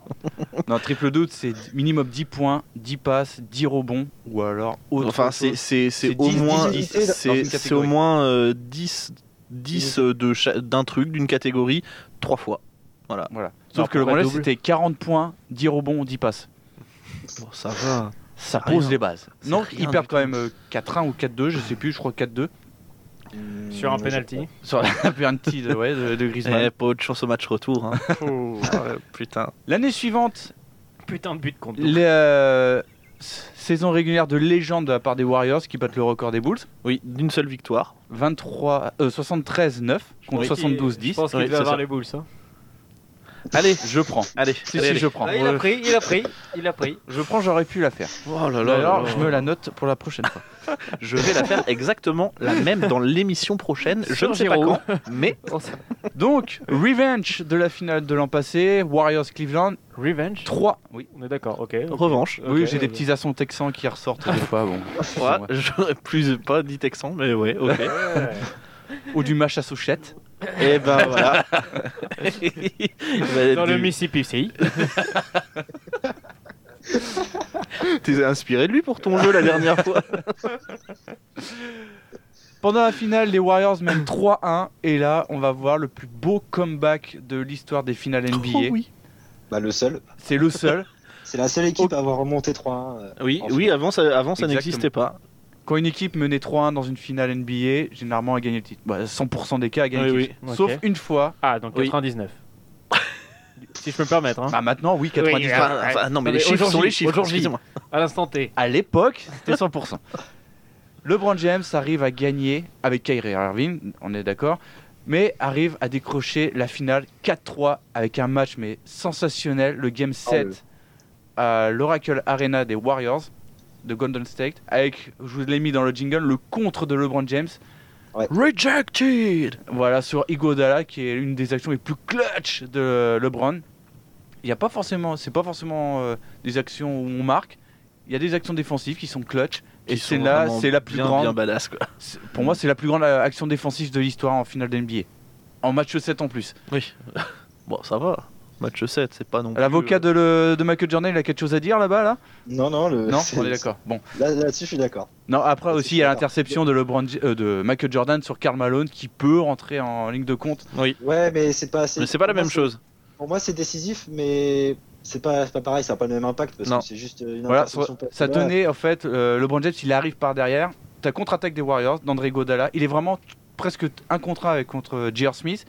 D: Non, triple-double, c'est minimum 10 points, 10 passes, 10 rebonds ou alors autre
A: merci. Enfin,
D: chose.
A: c'est, c'est, c'est
D: C'est
A: au
D: 10,
A: moins,
C: 10,
A: c'est,
D: dans
A: c'est
D: une
A: au
D: catégorie.
A: moins euh, 10, 10 euh, de cha- d'un truc, d'une catégorie, trois fois.
D: Voilà. Sauf
B: Alors,
D: que le
B: pourquoi
D: problème,
B: double
D: c'était 40 points, 10 rebonds, 10 passes.
A: Bon, ça va.
D: Ça
A: rien.
D: pose les bases.
A: Ah C'est
D: Non,
A: rien du
D: ils perdent quand
A: tout.
D: même euh, 4-1 ou 4-2, je sais plus, je crois 4-2.
B: Sur un
A: Mm,
C: je sais
B: penalty.
D: Sur un penalty de, ouais, de, de Griezmann.
A: Eh, pas de chance au match retour. hein. Ah ouais, putain.
D: L'année suivante,
B: Putain de but contre.
D: la euh, s- saison régulière de légende de la part des Warriors qui battent le record des Bulls.
A: Oui, d'une seule victoire.
D: 23, euh, 73-9 contre
B: Oui, qui- Je
D: 72-10.
B: pense qu'il
A: Oui,
B: devait
A: c'est ça.
B: avoir les boules, ça.
D: Allez, je prends.
A: Allez,
D: Si,
A: allez, allez.
D: si,
A: Ah,
D: je prends.
B: il a pris, il a pris, il a pris.
D: Je prends, j'aurais pu la faire.
A: Oh là là là
D: D'ailleurs,
A: là.
D: je me la note pour la prochaine fois.
A: Je vais la faire exactement la même dans l'émission prochaine. Je
B: Sur
A: ne sais pas
B: Giroud.
A: quand, mais
D: Donc, revenge de la finale de l'an passé, Warriors-Cleveland,
B: Revenge
D: 3. Oui.
B: On est d'accord, ok.
A: revanche.
B: Ok,
D: oui, j'ai des
B: ok.
D: petits accents texans qui ressortent des fois, bon.
A: Ouais, j'aurais plus pas dit texan, mais ouais, ok.
B: euh,
D: Ou du mâche à souchette.
A: Et ben voilà.
B: Dans le Mississippi, si.
A: T'es inspiré de lui pour ton jeu la dernière fois.
D: Pendant la finale, les Warriors mènent 3-1. Et là, on va voir le plus beau comeback de l'histoire des finales
B: Oh
D: NBA.
A: Oh
C: pas. Bah le seul.
D: C'est le seul.
C: C'est la seule équipe à avoir remonté 3-1. euh,
A: Oui,
C: en
A: oui, avant ça, avant ça
D: Exactement.
A: n'existait pas.
D: Quand une équipe menait 3-1 dans une finale NBA, généralement, elle gagnait le titre. Bah, 100% des cas, elle gagnait
A: Oui,
D: le
A: oui.
D: titre.
B: Ok.
D: Sauf une fois.
B: Ah, donc
A: Oui.
B: 99. si je peux me permettre, hein.
D: Bah, maintenant, oui, 90.
B: Oui,
A: Enfin, enfin, non, mais les chiffres sont les chiffres.
B: Aujourd'hui,
A: excusez-moi.
B: à l'instant T.
D: À l'époque, c'était 100%. LeBron James arrive à gagner avec Kyrie Irving, on est d'accord, mais arrive à décrocher la finale 4-3 avec un match mais sensationnel, le Game 7 à l'Oracle Arena des Warriors de Golden State, avec, je vous l'ai mis dans le jingle, le contre de LeBron James.
C: Ouais.
D: Rejected Voilà, sur Igodala, qui est l'une des actions les plus clutch de LeBron. Il n'y a pas forcément, c'est pas forcément euh, des actions où on marque, il y a des actions défensives qui sont clutch, et
A: Qui sont
D: c'est là,
A: vraiment
D: c'est la plus
A: bien,
D: grande
A: Bien badass quoi.
D: c'est- Pour moi, c'est la plus grande euh, action défensive de l'histoire en finale d'NBA. En match 7 en plus.
A: Oui. Bon, ça va. Match 7, c'est pas non plus.
C: euh,
D: L'avocat de, le- de Michael Jordan, il a quelque chose à dire là-bas, là
C: Non, non, le...
D: Non
C: Euh, c'est-
D: On est d'accord. Bon.
C: Là- Là-dessus, je suis d'accord.
D: Non, après
C: C'est
D: aussi, il y a
C: super.
D: l'interception de, LeBron J- euh, de Michael Jordan sur Karl Malone qui peut rentrer en ligne de compte.
A: Oui.
C: Ouais, mais c'est pas assez.
A: euh, Mais c'est pas la
C: pour moi,
A: même
C: c'est-
A: chose.
C: Pour moi, c'est décisif, mais c'est pas, c'est pas pareil, ça n'a pas le même impact parce
A: Non.
C: que c'est juste euh, une
D: Voilà, ça,
C: interception pas-
D: ça
C: Ouais.
D: donnait en fait euh, LeBron James, il arrive par derrière. T'as contre-attaque des Warriors, d'André Godala. Il est vraiment t- presque t- un contrat avec contre euh, J.R. Smith.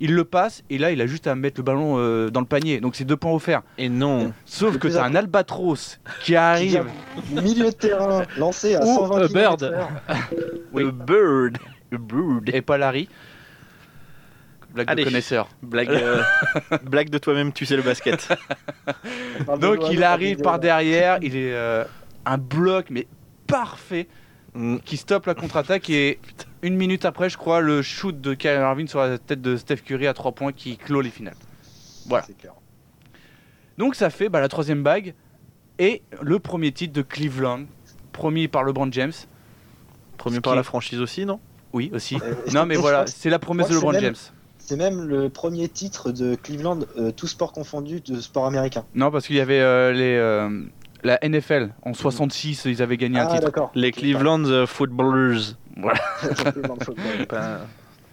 D: Il le passe et là, il a juste à mettre le ballon euh, dans le panier. Donc c'est deux points offerts.
A: Et non.
D: Sauf
C: Le
D: que
C: plus
D: t'as un albatros qui arrive.
C: Milieu de terrain, lancé à
B: Ou,
C: 120
B: euh,
C: km/h.
B: Bird.
D: Oui.
A: Le bird. Le bird.
D: et pas Larry. Blague
A: Allez.
D: de connaisseur.
A: Blague, euh, blague de toi-même, tu sais le basket.
C: On parle de
D: Donc
C: Loana,
D: il
C: pas
D: arrive
C: de
D: par
C: Loana.
D: derrière, il est euh, un bloc, mais parfait,
I: Mm.
D: qui stoppe la contre-attaque. Et une minute après, je crois, le shoot de Kyle Irving sur la tête de Steph Curry à 3 points qui clôt les finales. Voilà.
C: C'est clair.
D: Donc ça fait bah, la troisième bague et le premier titre de Cleveland, promis par LeBron James.
A: Premier
D: Ce
A: par
D: qui-
A: la franchise aussi, non
D: Oui, aussi.
C: Euh, est-ce
D: non,
C: que-
D: mais
C: est-ce que
D: voilà,
C: je
D: c'est la promesse de
C: crois que
D: LeBron
C: c'est
D: James.
C: même- C'est même le premier titre de Cleveland, euh, tout sport confondu, de sport américain.
D: Non, parce qu'il y avait euh, les, euh, la NFL en 66, ils avaient gagné un
C: Mm. Ah,
D: titre.
C: d'accord.
A: Les Cleveland euh, Footballers.
C: Cleveland Football.
A: Pas-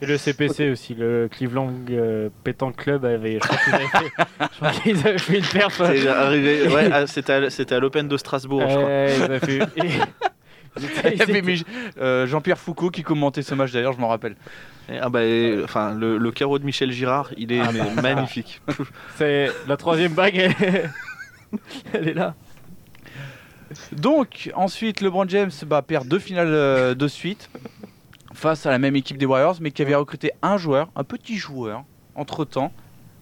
B: Et le CPC aussi, le Cleveland euh, Pétanque Club avait. Je crois qu'ils avaient fait- je crois qu'ils avaient fait une perf.
A: C'est arrivé- ouais, ah, C'était à, c'était à l'Open de Strasbourg, je crois.
B: Ouais, ils avaient fait- et- ils étaient-
D: Il
B: ils
D: y avait
B: étaient-
D: Mich- euh, Jean-Pierre Foucault qui commentait ce match d'ailleurs, je m'en rappelle.
A: Et- ah bah, et- enfin, le, le carreau de Michel Girard, il est mais magnifique.
B: C'est la troisième bague. elle- Elle est là.
D: Donc, ensuite, LeBron James bah, perd deux finales euh, de suite face à la même équipe des Warriors, mais qui avait recruté un joueur, un petit joueur, entre temps,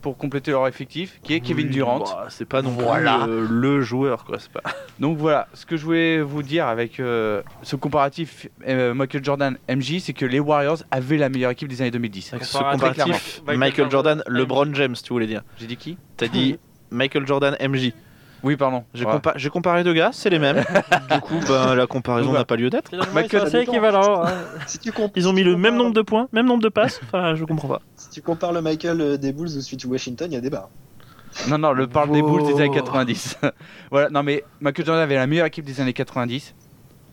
D: pour compléter leur effectif, qui est Kevin
A: Oui,
D: Durant.
A: bah, c'est pas non plus
D: Voilà.
A: euh, le joueur, quoi. C'est pas...
D: Donc voilà, ce que je voulais vous dire avec euh, ce comparatif euh, Michael Jordan-MJ, c'est que les Warriors avaient la meilleure équipe des années 2010.
A: Ce
H: Comparatif,
A: comparatif,
H: Michael
A: Michael Jordan,
H: Jordan,
A: LeBron James, tu voulais dire.
D: J'ai dit qui
A: T'as dit Michael Jordan, MJ.
D: Oui, pardon.
A: J'ai
D: Ouais.
A: compa- j'ai comparé deux gars, c'est les mêmes. du coup, ben, la comparaison
D: Voilà.
A: n'a pas lieu d'être.
C: Michael-
B: C'est équivalent. hein.
C: Si tu comp-
A: Ils ont
C: si
A: mis
C: tu
A: le même
C: compares-
A: nombre de points, même nombre de passes. Enfin, je comprends pas.
C: Si tu compares le Michael euh, des Bulls ou celui de Washington, il y a débat.
D: Non, non, le parle des Bulls des années
A: Wow.
D: 90. voilà, non, mais Michael Jordan avait la meilleure équipe des années 90,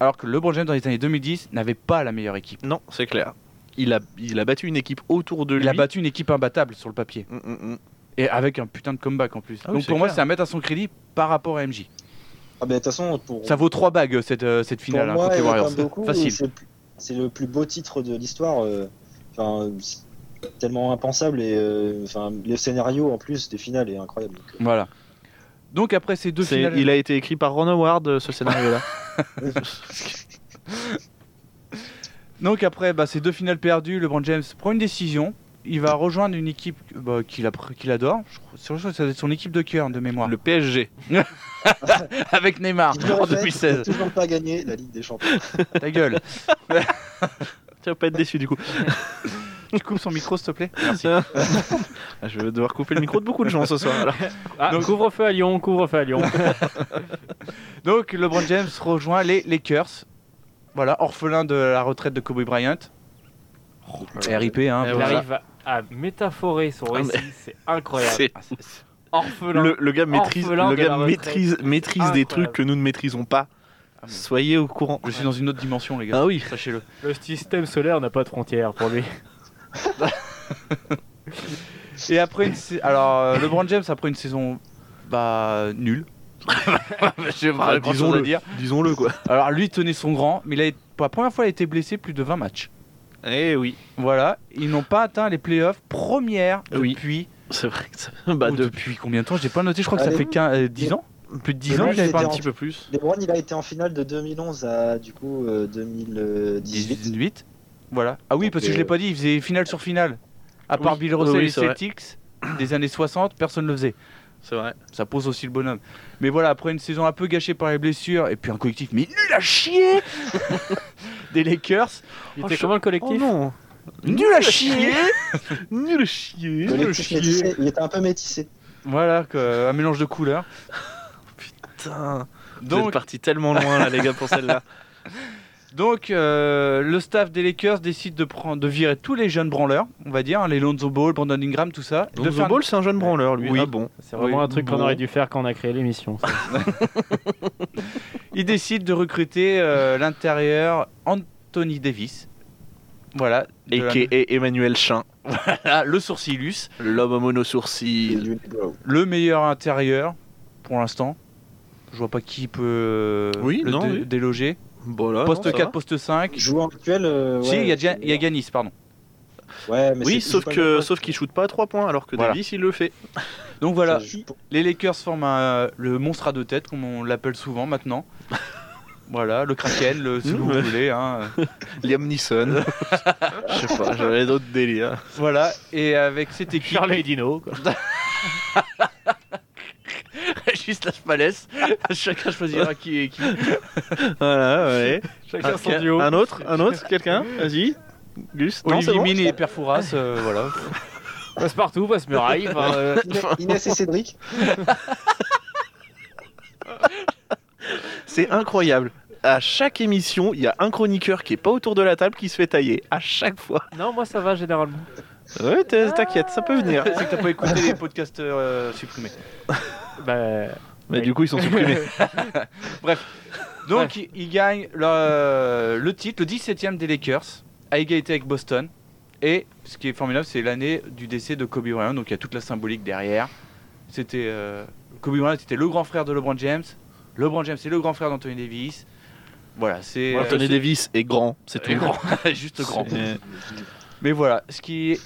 D: alors que LeBron James dans les années 2010 n'avait pas la meilleure équipe.
A: Non, c'est clair. Il a, il a battu une équipe autour de lui.
D: Il a battu une équipe imbattable sur le papier,
A: Mm, mm, mm.
D: et avec un putain de comeback en plus.
A: Ah oui,
D: Donc
A: c'est
D: pour moi,
A: clair.
D: c'est à mettre à son crédit par rapport à MJ.
C: Ah, ben de toute façon, pour,
D: Ça vaut trois bagues cette, euh, cette
C: pour
D: finale hein,
C: moi,
D: contre les
C: il y en a
D: Warriors.
C: comme beaucoup, et
D: Facile.
C: c'est le plus- C'est le plus beau titre de l'histoire. euh, Enfin, c'est tellement impensable et euh, enfin le scénario en plus des finales est incroyable. donc, euh,
D: Voilà. Donc après ces deux
A: C'est-
D: finales.
A: Il a été écrit par Ron Howard, euh, ce scénario-là.
D: Donc après bah, ces deux finales perdues, LeBron James prend une décision. Il va rejoindre une équipe bah, qu'il a- qu'il adore. Je crois- c'est- Je crois que ça doit être son équipe de cœur de mémoire.
A: le PSG.
D: Avec Neymar
C: Il le
D: en
C: répète,
D: 2016.
C: il a toujours pas gagné la Ligue des Champions.
D: Ta gueule.
A: Tu vas pas être déçu du coup.
D: Tu coupes son micro s'il te plaît. Merci.
A: Ah, Je vais devoir couper le micro de beaucoup de gens ce soir. alors.
B: Ah,
D: Donc-
B: couvre-feu à Lyon, couvre-feu à Lyon.
D: Donc LeBron James rejoint les Lakers. Voilà, orphelin de la retraite de Kobe Bryant. RIP hein.
A: Eh
B: Il
D: pour ça.
A: voilà.
B: arrive à, à métaphorer son
A: Ah, mais-
B: récit, c'est incroyable.
A: C'est-
D: Ah, c'est-
B: Orphelin.
A: Le, le gars maîtrise,
B: Orphelin
A: le
B: de
A: gars
B: la retraite.
A: maîtrise, maîtrise des
B: Incroyable.
A: trucs que nous ne maîtrisons pas.
D: mais-
A: Soyez au courant.
D: Je suis dans une autre dimension les gars.
A: Ah oui.
D: Sachez-le.
B: Le système solaire n'a pas de frontières pour
A: Oh,
B: lui.
D: Et après une sa- alors euh, LeBron James après une saison bah nulle. J'ai
A: Bah,
D: pas grand chose à
A: disons-le.
D: dire.
A: Disons-le quoi.
D: Alors lui tenait son grand, mais il a, pour la première fois il a été blessé plus de 20 matchs.
A: Eh oui,
D: Voilà, ils n'ont pas atteint les playoffs premières
A: Oui.
D: depuis
A: c'est vrai. Que ça... Bah,
D: ou
A: de-
D: depuis combien de temps J'ai pas noté, je crois que ça
C: Allez.
D: fait 15, euh, 10 ans. Plus de 10 ans,
C: Mais
D: que j'avais
C: non,
D: pas
C: c'était
D: un
C: en-
D: petit peu plus.
C: LeBron, il a été en finale de 2011 à du coup euh, 2018.
D: 18. Voilà. Ah oui,
C: Donc,
D: parce que je
C: euh,
D: l'ai pas dit, il faisait finale sur finale. À part
A: Oui,
D: Bill Russell
A: oui,
D: et
A: oui,
D: les
A: c'est vrai.
D: Celtics des années 60, personne ne le faisait.
A: C'est vrai.
D: Ça pose aussi le bonhomme. Mais voilà, après une saison un peu gâchée par les blessures et puis un collectif mais nul à chier des Lakers,
B: Il
A: Oh,
B: était
A: je-
B: comment le collectif
A: non
D: nul à chier.
A: Nul chier
C: Le collectif métissé, il était un peu métissé.
D: Voilà, que- un mélange de couleurs.
A: Putain Vous êtes
D: Donc
A: partis tellement loin là les gars pour celle-là.
D: Donc, euh, le staff des Lakers décide de, prendre, de virer tous les jeunes branleurs, on va dire, hein, les Lonzo Ball, Brandon Ingram, tout ça. et de
A: Lonzo
D: faire-
A: Ball c'est un jeune branleur lui.
D: Oui.
A: Ah bon
B: C'est vraiment
D: Oui,
B: un truc qu'on
D: bon.
B: aurait dû faire quand on a créé l'émission. ça.
D: Ils décident de recruter euh, l'intérieur Anthony Davis. Voilà. de
A: Et
D: la-
A: qui est Emmanuel Chin,
D: Ah, le sourcilus,
A: l'homme au monosourcil.
C: You go.
D: le meilleur intérieur pour l'instant. Je vois pas qui peut euh,
A: Oui,
D: le
A: non,
D: dé-
A: oui.
D: déloger.
A: Voilà.
D: poste
A: non, ça
D: 4,
A: va.
D: poste 5.
C: Joueur actuel. euh,
D: si,
C: ouais,
D: il y a, Gia-
C: c'est-
D: il y a Giannis, pardon.
C: Ouais, mais c'est-
A: Oui,
C: c'est
A: sauf
C: pas
A: que
C: le-
A: sauf qu'il shoot pas à 3 points alors que
D: Voilà.
A: Davis il le fait.
D: Donc voilà,
C: Je- pour-
D: Les Lakers forment un- le monstre à deux têtes, comme on l'appelle souvent maintenant. voilà, le Kraken, le, ce que
A: Mmh,
D: vous
A: ouais.
D: voulez. hein.
A: Liam Neeson. Je sais pas, j'avais d'autres délires.
D: Voilà, et avec cette équipe.
B: Charlie Dino. quoi.
D: Je suis qui se lâchent pas laisse. Chacun choisira qui est qui.
A: Voilà, ouais.
B: Chacun
A: Un-
B: son duo.
A: Un autre, un autre, quelqu'un Vas-y. Gus, non, c'est
D: Olivier
A: bon
D: Mine et Perfouras, euh, voilà.
B: Passe partout, passe muraille. enfin, euh,
C: Ina- Inès et Cédric.
A: C'est incroyable. À chaque émission, il y a un chroniqueur qui est pas autour de la table qui se fait tailler. À chaque fois. Ah.
B: Non, moi ça va généralement.
A: Ouais, t'es- t'inquiète, ça peut venir.
D: C'est que t'as pas écouté les podcasts euh, supprimés.
B: Bah,
A: Mais du coup, ils sont supprimés.
D: Donc, ils il gagne le, le titre, le 17ème des Lakers, à égalité avec Boston. Et ce qui est formidable, c'est l'année du décès de Kobe Bryant, donc il y a toute la symbolique derrière. C'était euh, Kobe Bryant, c'était le grand frère de LeBron James. LeBron James, c'est le grand frère d'Anthony Davis. Voilà, c'est euh,
A: Anthony Davis est grand, c'est
D: c'est
A: tout.
D: grand, juste grand.
A: C'est-
D: Mais voilà, ce qui,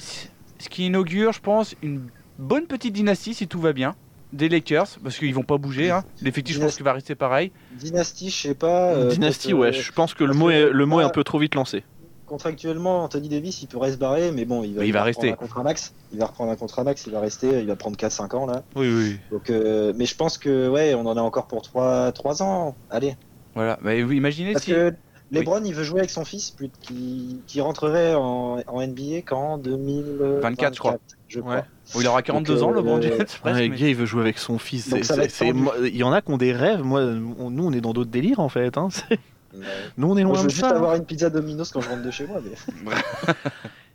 D: ce qui inaugure, je pense, une bonne petite dynastie si tout va bien des Lakers, parce qu'ils vont pas bouger. Hein. L'effectif, je pense qu'il va rester pareil.
C: Dynastie, je sais pas. euh,
A: Dynastie,
C: peut-être,
A: ouais,
C: euh,
A: je pense que le
C: parce
A: mot,
C: que-
A: est, le mot est un
C: Ah.
A: peu trop vite lancé.
C: Contractuellement, Anthony Davis, il pourrait se barrer, mais bon, il va,
D: Mais il va
C: reprendre
D: rester.
C: Un contrat max. Il va reprendre un contrat max, il va rester, il va prendre 4-5 ans là.
A: Oui, oui.
C: Donc, euh, mais je pense que ouais, on en a encore pour 3, trois ans. Allez.
D: Voilà, mais vous imaginez
C: Parce
D: si.
C: que LeBron, il veut jouer avec son fils, plus- qui, qui rentrerait en, en NBA qu'en 2024,
D: je crois.
C: Je crois.
A: Ouais.
D: Oh, il aura 42
C: Donc,
D: ans,
C: euh,
D: LeBron James,
C: ouais,
D: presque,
A: Ouais,
D: mais-
A: gars, il veut jouer avec son fils.
C: Donc
A: c'est-
C: ça va
A: c'est-
C: être
A: c'est-
C: tendu.
A: moi, Il y en a qui ont des rêves. Moi, on- nous, on est dans d'autres délires en fait. hein. C'est-
C: Mais-
A: Nous, on est loin
C: Moi, Euh, je veux
A: de
C: juste
A: ça. hein.
C: avoir une pizza Domino's quand je rentre de chez moi. Mais...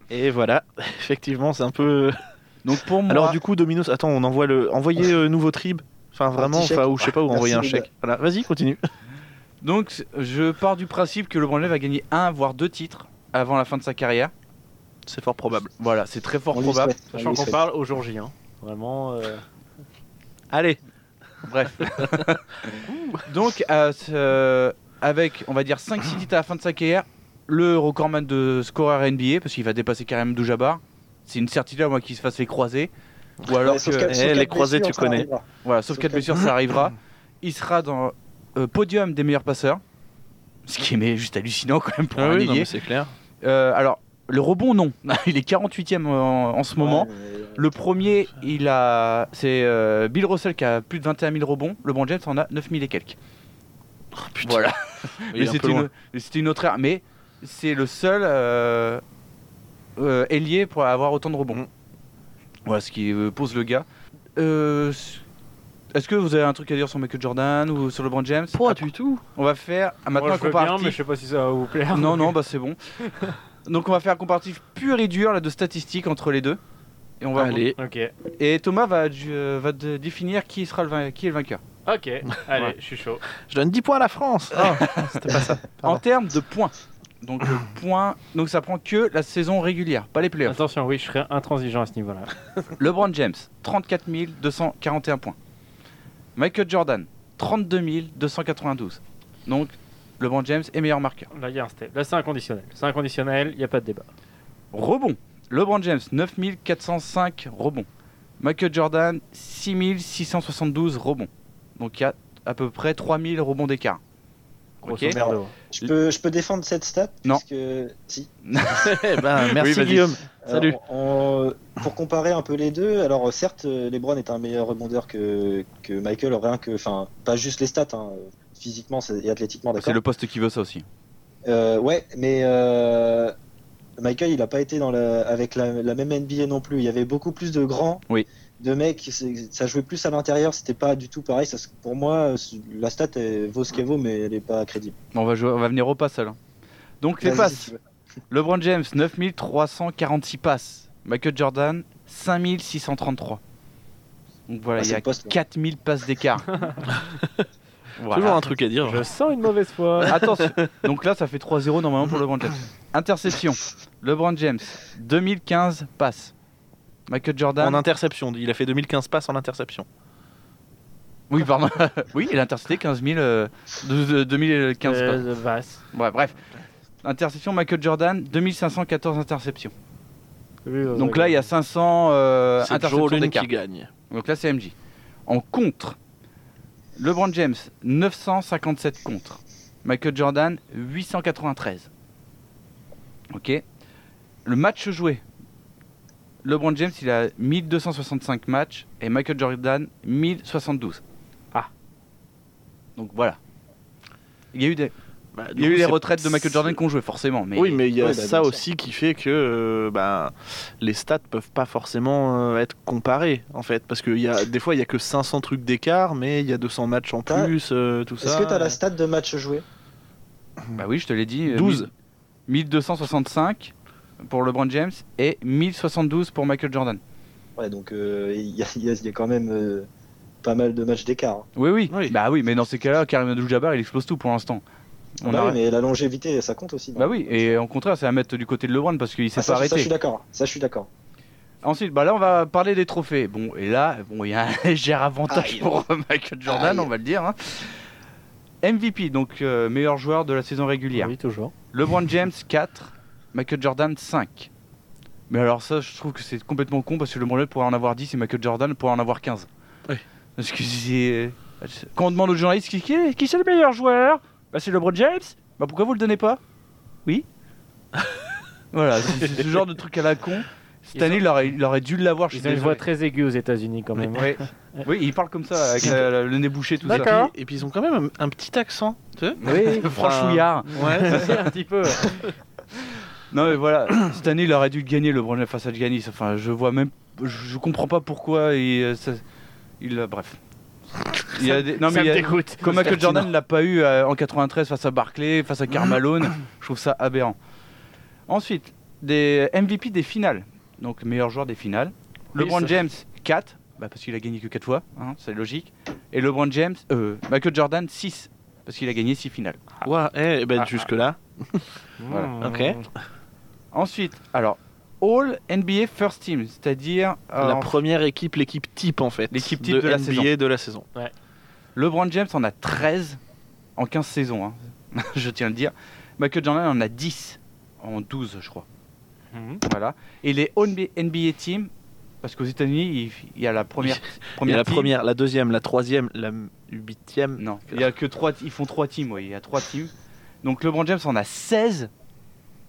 A: Et voilà, effectivement, c'est un peu.
D: Donc pour moi,
A: Alors, du coup, Dominos, attends, on envoie le. Envoyez euh, nouveau trib. Enfin, vraiment,
C: petit chèque.
A: enfin, ou je sais pas, ou
C: Merci,
A: envoyer un
C: les
A: chèque. Voilà, vas-y, continue.
D: donc je pars du principe que LeBron James va gagner un voire deux titres avant la fin de sa carrière.
A: C'est fort probable.
D: Voilà, c'est très fort
C: On lui
D: probable.
C: souhaite, on
A: Ah
B: sachant
C: lui
B: qu'on
C: souhaite.
B: parle au jour J. hein. Vraiment. euh,
A: Allez,
D: Bref. donc à ce- euh, avec, on va dire 5-6 titres à la fin de sa carrière, le recordman de scoreur NBA parce qu'il va dépasser Karim Abdul-Jabbar. C'est une certitude à moins qu'il se fasse les croisés. Ou alors
C: Ouais, sauf
D: que-
C: qu'à- sauf
A: eh,
C: qu'à
A: les croisés,
C: blessure,
A: tu
C: ça
A: connais.
C: arrivera.
D: Voilà, sauf
C: Sauf
D: qu'à
C: que-
D: blessure, ça arrivera. Il sera dans euh, podium des meilleurs passeurs, ce qui est mais juste hallucinant quand même pour un
A: Ah non,
D: ailier.
A: mais c'est clair.
D: Euh, alors, le rebond, non. il est 48e en, en ce moment.
C: Ouais, mais- euh,
D: Le premier, il a, c'est euh, Bill Russell qui a plus de 21 000 rebonds. Le bon James en a 9 000 et quelques.
A: Oh, putain.
D: Voilà.
A: Il est
D: Mais
A: un
D: c'est
A: peu
D: une,
A: loin.
D: mais c'est une autre ère. Mais c'est le seul euh, euh, ailier pour avoir autant de rebonds.
A: Mm.
D: Voilà ce qui euh, pose le gars. Euh, c- Est-ce que vous avez un truc à dire sur Michael Jordan ou sur LeBron James
A: Pas
D: Après,
A: du tout.
D: On va faire ah, maintenant
B: moi,
D: un
B: je veux bien, mais je
D: comparatif.
B: sais pas si ça va vous plaire.
D: Non, non, bah c'est bon. Donc on va faire un comparatif pur et dur là, de statistiques entre les deux. Et, on va
A: Allez,
B: Ok,
D: et Thomas va, ju- euh, va de- définir qui sera le, vain- qui est le vainqueur.
B: ok, allez, je suis chaud.
A: je donne 10 points à la France. Ah, c'était pas ça. Pardon.
D: En termes de points. Donc, le point, donc ça prend que la saison régulière, pas les playoffs.
B: Attention, oui, je serais intransigeant à ce niveau-là.
D: LeBron James, 34 241 points. Michael Jordan, 32 292. Donc, LeBron James est meilleur marqueur.
B: Là, il y a un step. Là, c'est inconditionnel. C'est inconditionnel, il n'y a pas de débat.
D: Rebond. LeBron James, 9 405 rebonds. Michael Jordan, 6 672 rebonds. Donc, il y a à peu près 3000 rebonds d'écart.
B: Grosso
D: Ok.
B: merdo.
C: Je, peux, je peux défendre cette stat
D: Non.
C: puisque- Si.
A: Eh ben, merci
D: vas-y.
A: Guillaume.
C: Alors,
A: Salut.
C: on- on- pour comparer un peu les deux, alors certes, LeBron est un meilleur rebondeur que, que Michael, rien que, enfin, pas juste les stats, hein, physiquement c'est- et athlétiquement, d'accord.
D: C'est le poste qui veut ça aussi.
C: Euh, ouais, mais euh, Michael, il n'a pas été dans la, avec la, la même NBA non plus. Il y avait beaucoup plus de grands,
D: Oui.
C: de mecs. c'est- Ça jouait plus à l'intérieur. C'était pas du tout pareil. Ça, se- pour moi, c'est- la stat elle vaut ce qu'elle vaut, mais elle n'est pas crédible.
D: On va, jouer- on va venir au pass alors. Donc, les
C: Vas-y,
D: passes.
C: si tu veux.
D: LeBron James, 9346 passes. Michael Jordan, 5633. Donc voilà,
C: Ah,
D: il
C: c'est
D: y a
C: le poste, là.
D: 4000 passes d'écart. Voilà. Euh,
A: Toujours un truc à dire.
B: Je sens une mauvaise foi.
D: Attention. Donc là, ça fait 3-0 normalement pour LeBron James. Interception. LeBron James, 2015 passes. Michael Jordan.
A: En interception, il a fait 2015 passes en interception.
D: Oui, pardon. oui, il a intercepté 15 000. euh, de- de- 2015 passes.
B: Euh, Vasse.
D: Ouais, bref. Interception Michael Jordan, 2514 interceptions.
B: Euh,
D: Donc là, il y a 500 euh,
A: C'est Joe
D: interceptions
A: Allen
D: d'écart.
A: qui gagne.
D: Donc là, c'est MJ. En contre, LeBron James, 957 contre. Michael Jordan, 893. Ok. Le match joué. LeBron James, il a 1265 matchs et Michael Jordan, 1072.
B: Ah.
D: Donc voilà. Il y a eu des,
A: Bah, du
D: il y a
A: coup,
D: eu les
A: c'est-
D: retraites de Michael Jordan qu'on jouait forcément. Mais
A: Oui, mais il y a
C: Ouais, bah,
A: ça
C: bien sûr.
A: aussi qui fait que euh, bah, les stats peuvent pas forcément euh, être comparées, en fait. Parce que il y a, des fois, il y a que 500 trucs d'écart, mais il y a 200 matchs en
C: T'as-
A: plus, euh, tout ça.
C: Est-ce que t'as la stat de match joué
D: Bah oui, je te l'ai dit. euh,
A: 12.
D: 1265 pour LeBron James et 1072 pour Michael Jordan.
C: Ouais, donc euh, il y, a- il y a- il y a quand même euh, pas mal de matchs d'écart. hein.
D: Oui, oui.
A: Oui.
D: Bah oui, mais dans ces cas-là, Karim Abdul-Jabbar, il explose tout pour l'instant.
C: bah,
D: On
C: oui,
D: arrête.
C: mais la longévité, ça compte aussi. non
D: Bah oui, et en contraire, c'est à mettre du côté de LeBron parce qu'il s'est
C: Ah,
D: pas
C: ça, ça, je
D: arrêté.
C: suis d'accord. Ça, je suis d'accord.
D: Ensuite, bah là, on va parler des trophées. Bon, et là, bon, il y a un léger avantage
C: Aïe.
D: pour Michael Jordan,
C: Aïe.
D: on va le dire. hein. MVP, donc euh, meilleur joueur de la saison régulière.
B: Oui, toujours.
D: LeBron James 4, Michael Jordan 5. Mais alors ça, je trouve que c'est complètement con parce que LeBron James pourrait en avoir 10 et Michael Jordan pourrait en avoir 15.
A: Oui.
D: Parce que c'est... euh, Quand on demande aux journalistes qui, qui, est- qui c'est le meilleur joueur, bah c'est LeBron James. Bah pourquoi vous le donnez pas Oui. voilà, c'est c'est ce genre de truc à la con. Cette
B: Ils
D: année,
B: ont-
D: il aurait, il aurait dû l'avoir. je suis
B: Ils ont une voix
D: désolé.
B: très aiguë aux États-Unis quand même.
D: Oui. oui, il parle comme ça avec euh, le nez bouché tout ça.
B: D'accord.
A: Et puis, ils ont quand même un, un petit accent, tu sais
B: Oui,
D: Franchouillard.
A: Ouais.
B: un petit peu.
D: Non mais voilà, cette année il aurait dû le gagner le James face à Giannis. Enfin, je vois même, je, je comprends pas pourquoi il, euh, ça- il euh, bref. Il y a des- non
B: ça
D: mais il y
B: me
D: a-
B: dégoûte.
D: comme Michael Jordan l'a pas eu euh, en 93 face à Barclay, face à Carmalone, je trouve ça aberrant. Ensuite, des MVP des finales, donc meilleur joueur des finales.
A: Oui,
D: LeBron
A: ça-
D: James 4, bah, parce qu'il a gagné que 4 fois, hein, c'est logique. Et LeBron James, euh, Michael Jordan 6, parce qu'il a gagné 6 finales.
A: Ouah, eh, ben,
D: Ah, ah.
A: jusque-là.
D: Voilà.
B: Mmh.
A: Ok.
D: Ensuite, alors, All NBA First Team, c'est-à-dire euh,
A: la
D: alors,
A: première équipe, l'équipe type, en fait.
D: ah, L'équipe type de la
A: NBA
D: saison.
A: de la saison.
D: LeBron James en a 13 en 15 saisons, hein. je tiens à le dire. Michael Jordan en a 10 en 12, je crois.
B: Mhm.
D: Voilà. Et les All NBA Team, parce qu'aux États-Unis, il- il y a la première.
A: Il y
D: première
A: a la
D: team.
A: première, la deuxième, la troisième, la huitième.
D: Non, il y a que trois, ils font 3 teams, oui, il y a 3 teams. Donc LeBron James en a 16.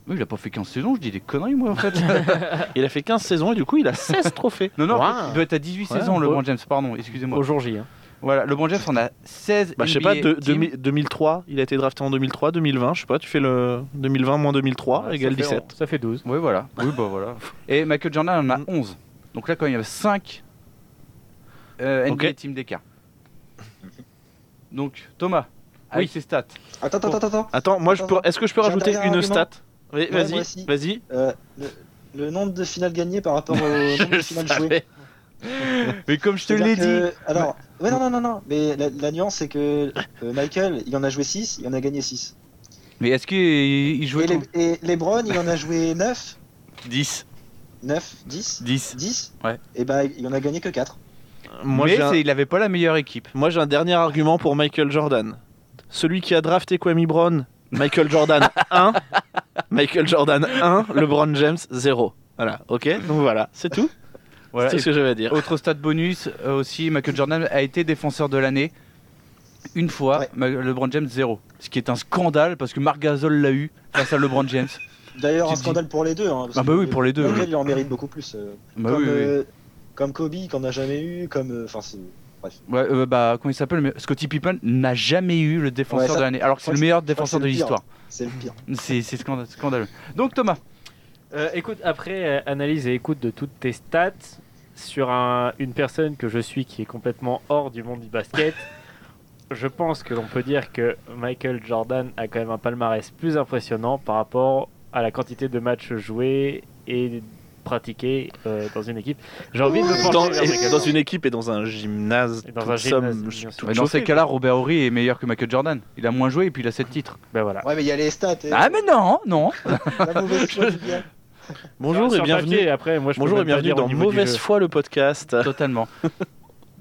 D: Oui, il a pas fait 15 saisons, je dis des conneries moi en fait. Ah.
A: Il a fait 15 saisons et du coup, il a 16 trophées.
D: non, non,
A: Ouah.
D: il doit être à 18
A: Ouais,
D: saisons,
A: bon.
D: LeBron James, pardon, excusez-moi.
B: Au jour J. hein.
D: Voilà, LeBron James en a 16.
A: Bah, je sais
D: NBA
A: pas, de-
D: team.
A: 2000 2003, il a été drafté en 2003, 2020, je sais pas, tu fais le 2020 moins 2003
B: Ouais,
A: égale
B: ça fait-
A: 17.
B: Ça fait 12.
D: Oui, voilà. Oui, bah voilà. Et Michael Jordan en a
A: Mm.
D: 11. Donc là, quand il y a 5 euh, NBA
A: Ok.
D: Team d'écart. Donc, Thomas, avec ses stats.
C: Attends, attends, attends, attends.
A: Attends, moi, je peux, est-ce que je peux
C: J'ai un
A: rajouter
C: dernier
A: une
C: argument.
A: stat Oui,
C: moi
A: Vas-y,
C: aussi.
A: vas-y.
C: Euh, le, le nombre de finales gagnées par rapport au nombre de finales jouées.
D: Mais comme je te
C: C'est-à-dire
D: l'ai
C: que-
D: dit.
C: Alors, ouais, non, non, non, non. Mais la, la nuance, c'est que euh, Michael, il en a joué 6, il en a gagné 6.
D: Mais est-ce qu'il
C: Et,
D: jouait
C: les- et LeBron, il en a joué 9,
D: 10.
C: 9, 10,
D: 10.
C: 10.
D: Ouais.
C: Et bah, il en a gagné que 4.
A: Moi,
D: mais
A: j'ai un-
D: c'est- il n'avait pas la meilleure équipe.
A: moi, j'ai un dernier argument pour Michael Jordan. Celui qui a drafté Kwame Brown, Michael Jordan 1, Michael Jordan 1, LeBron James 0. Voilà, ok, donc voilà, c'est tout,
D: Voilà.
A: c'est tout ce que j'avais à dire.
D: Et autre stat bonus euh, aussi, Michael Jordan a été défenseur de l'année une fois,
C: Ouais.
D: Ma- LeBron James zéro. Ce qui est un scandale parce que Marc Gasol l'a eu face à LeBron James.
C: D'ailleurs,
D: Tu
C: un
D: te dis-
C: scandale pour les deux. Hein, parce
D: Ah bah
C: que
D: oui, pour les deux,
C: Michael, il en mérite beaucoup plus. euh,
D: Bah
C: comme,
D: oui, oui, oui.
C: euh, comme Kobe, qu'on n'a jamais eu. Comme. euh, Enfin, c'est.
D: Ouais, euh, bah, comment il s'appelle mais Scottie Pippen n'a jamais eu le
C: Ouais,
D: défenseur
C: ça-
D: de l'année, alors que
C: je
D: c'est le
C: crois
D: meilleur
C: je crois que c'est
D: défenseur de
C: le pire.
D: l'histoire.
C: C'est le pire.
D: C'est c'est scanda- scandaleux. Donc Thomas,
B: Euh, écoute, après euh, analyse et écoute de toutes tes stats sur un- une personne que je suis qui est complètement hors du monde du basket, je pense que l'on peut dire que Michael Jordan a quand même un palmarès plus impressionnant par rapport à la quantité de matchs joués et pratiqués euh, dans une équipe. J'ai envie de me pencher
A: Dans,
B: vers
A: et-
B: Michael
A: dans
B: Jordan.
A: une équipe et dans un gymnase,
B: Et dans
A: toute
B: un gymnase,
A: somme,
B: bien
A: je-
B: sûr.
A: toute
D: Mais dans
A: chauffée.
D: ces cas-là, Robert Horry est meilleur que Michael Jordan. Il a moins joué et puis il a 7 titres.
B: Ben voilà.
C: Ouais, mais il y a les stats. et-
D: Ah mais non, non
C: La mauvaise foi du bien.
A: Bonjour
B: Sur
A: et
B: le
A: bienvenue.
B: papier, hein. après, moi, je peux
A: Bonjour et
B: même pas
A: bienvenue
B: dire au
A: dans
B: niveau du
A: Mauvaise
B: jeu.
A: foi le podcast.
D: Totalement.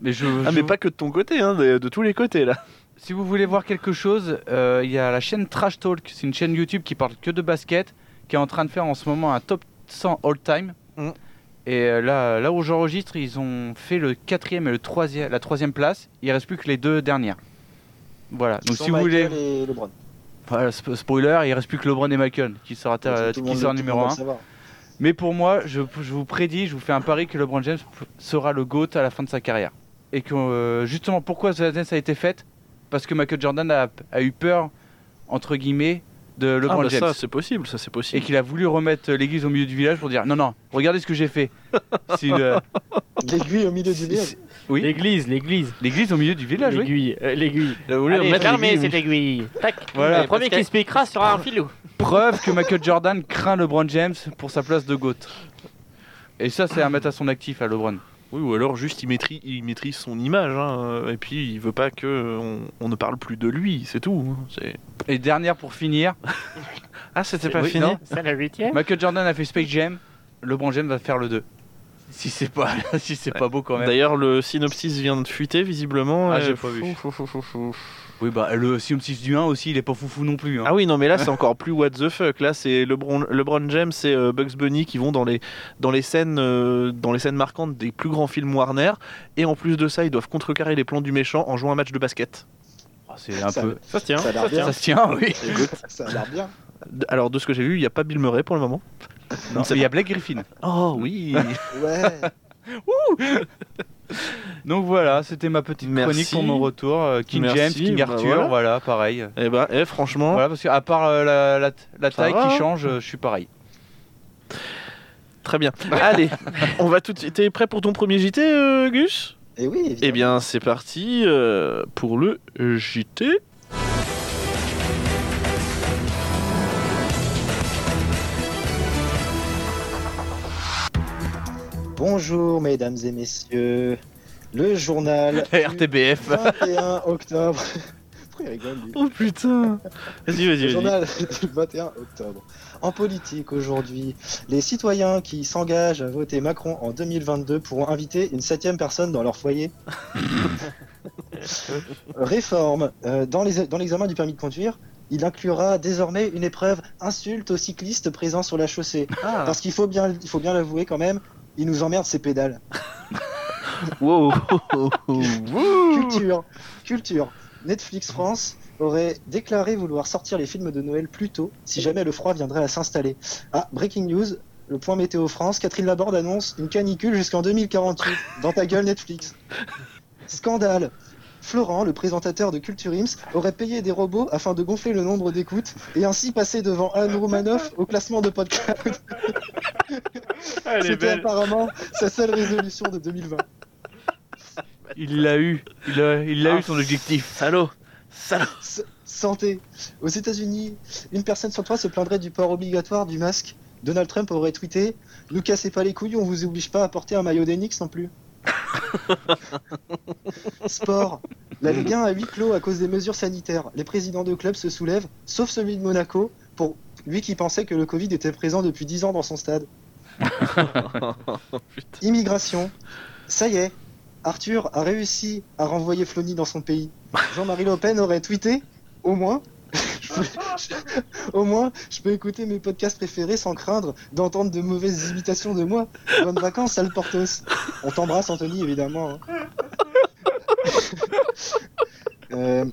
D: Mais je,
A: Ah
D: je-
A: mais pas que de ton côté, hein, de, de tous les côtés là.
D: Si vous voulez voir quelque chose, euh, il y a la chaîne Trash Talk, c'est une chaîne YouTube qui parle que de basket, qui est en train de faire en ce moment un top 100 all-time.
A: Mm.
D: Et euh, là, là où j'enregistre, ils ont fait le quatrième et le troisième, la troisième place. Il reste plus que les deux dernières. Voilà. Donc
C: Sans
D: si vous voulez,
C: Michael et LeBron.
D: Voilà, sp- spoiler, il reste plus que LeBron et Michael qui sera,
C: Tout le
D: ta-
C: monde-
D: qui
C: tout
D: sera
C: le
D: numéro
C: monde
D: 1.
C: va le savoir.
D: Mais pour moi, je, je vous prédis, je vous fais un pari que LeBron James p- sera le GOAT à la fin de sa carrière. Et que euh, justement, pourquoi cette année ça a été faite parce que Michael Jordan a, a eu peur, entre guillemets, de LeBron
A: ah, bah
D: James.
A: ça, c'est possible, ça, c'est
D: et
A: possible.
D: qu'il a voulu remettre euh, l'église au milieu du village pour dire non, non, regardez ce que j'ai fait. euh, Si le-
C: L'aiguille au milieu du
D: si-
C: village.
D: si- oui,
B: L'église, l'église.
D: l'église au milieu du village, oui.
B: L'aiguille, euh, l'aiguille.
A: Il a voulu
H: Allez,
A: remettre
H: fermez
A: l'aiguille,
H: cette aiguille. Tac.
D: Voilà.
H: le premier qui se piquera sera un filou.
D: Preuve que Michael Jordan craint LeBron James pour sa place de GOAT. Et ça, c'est un mettre à son actif à LeBron.
A: Oui, ou alors juste il maîtrise, il maîtrise son image, hein, et puis il veut pas que euh, on, on ne parle plus de lui, c'est tout. hein, c'est-
D: Et dernière pour finir,
A: Ah, c'était
D: pas fini
H: C'est la huitième.
D: Michael Jordan a fait Space Jam, LeBron James va faire le 2. Si c'est pas, si c'est pas beau quand même.
A: D'ailleurs, le synopsis vient de fuiter visiblement.
B: Euh,
D: Ah,
A: et-
D: j'ai pas vu.
A: Fou, fou, fou, fou, fou.
D: Oui, bah le synopsis du 1 aussi, il est pas foufou non plus. hein.
A: Ah oui, non, mais là c'est encore plus what the fuck. Là, c'est LeBron, LeBron James et euh, Bugs Bunny qui vont dans les dans les scènes euh, dans les scènes marquantes des plus grands films Warner, et en plus de ça, ils doivent contrecarrer les plans du méchant en jouant un match de basket.
D: Oh, c'est un
C: Ça-
D: peu.
B: Ça se tient.
C: Ça a l'air bien.
D: Ça se tient, oui.
C: Ça a l'air bien.
A: De- Alors, de ce que j'ai vu, il n'y a pas Bill Murray pour le moment.
D: Non, mais il y a Blake Griffin.
A: Oh oui.
C: Ouais.
D: Donc voilà, c'était ma petite chronique
A: Merci.
D: pour mon retour. Euh, King
A: Merci,
D: James, King
A: bah
D: Arthur,
A: voilà.
D: voilà, pareil.
A: et bah, eh, franchement.
D: Voilà, parce que à part euh, la, la- la
A: Ça
D: taille
A: va, hein
D: qui change, euh, je suis pareil.
A: Très bien. Allez, on va tout de suite. T'es prêt pour ton premier JT, euh, Gus
C: Et oui, évidemment.
A: Eh bien, c'est parti euh, pour le JT.
C: Bonjour mesdames et messieurs. Le journal
D: La
C: du
D: RTBF.
C: 21 octobre. Pourquoi il rigole, lui
A: Oh putain Vas-y,
C: Le
A: vas-y, vas-y.
C: journal du 21 octobre. En politique aujourd'hui, les citoyens qui s'engagent à voter Macron en 2022 pourront inviter une septième personne dans leur foyer. Réforme. Euh, dans les- dans l'examen du permis de conduire, il inclura désormais une épreuve insulte aux cyclistes présents sur la chaussée.
A: Ah.
C: Parce qu'il faut bien il faut bien l'avouer quand même, ils nous emmerdent ces pédales.
A: Wow
C: Culture, culture. Netflix France aurait déclaré vouloir sortir les films de Noël plus tôt si jamais le froid viendrait à s'installer. Ah, breaking news, le point météo France, Catherine Laborde annonce une canicule jusqu'en 2048. Dans ta gueule Netflix. Scandale. Florent, le présentateur de Culture Ims, aurait payé des robots afin de gonfler le nombre d'écoutes et ainsi passer devant Anne Romanoff au classement de podcast.
B: Elle est
C: C'était
B: belle.
C: apparemment sa seule résolution de 2020.
D: Il l'a eu. Il a, il a eu son objectif.
A: Ah. Salaud Salaud
C: S- Santé. Aux États-Unis, une personne sur trois se plaindrait du port obligatoire du masque. Donald Trump aurait tweeté Nous cassez pas les couilles, on vous oblige pas à porter un maillot d'Enix non plus. Sport. La Ligue 1 à huis clos à cause des mesures sanitaires. Les présidents de clubs se soulèvent, sauf celui de Monaco, pour lui qui pensait que le Covid était présent depuis 10 ans dans son stade. Immigration. Ça y est, Arthur a réussi à renvoyer Flony dans son pays. Jean-Marie Le Pen aurait tweeté Au moins, je peux, au moins, je peux écouter mes podcasts préférés sans craindre d'entendre de mauvaises imitations de moi. Bonnes vacances, sale Portos. On t'embrasse, Anthony, évidemment. hein. Euh,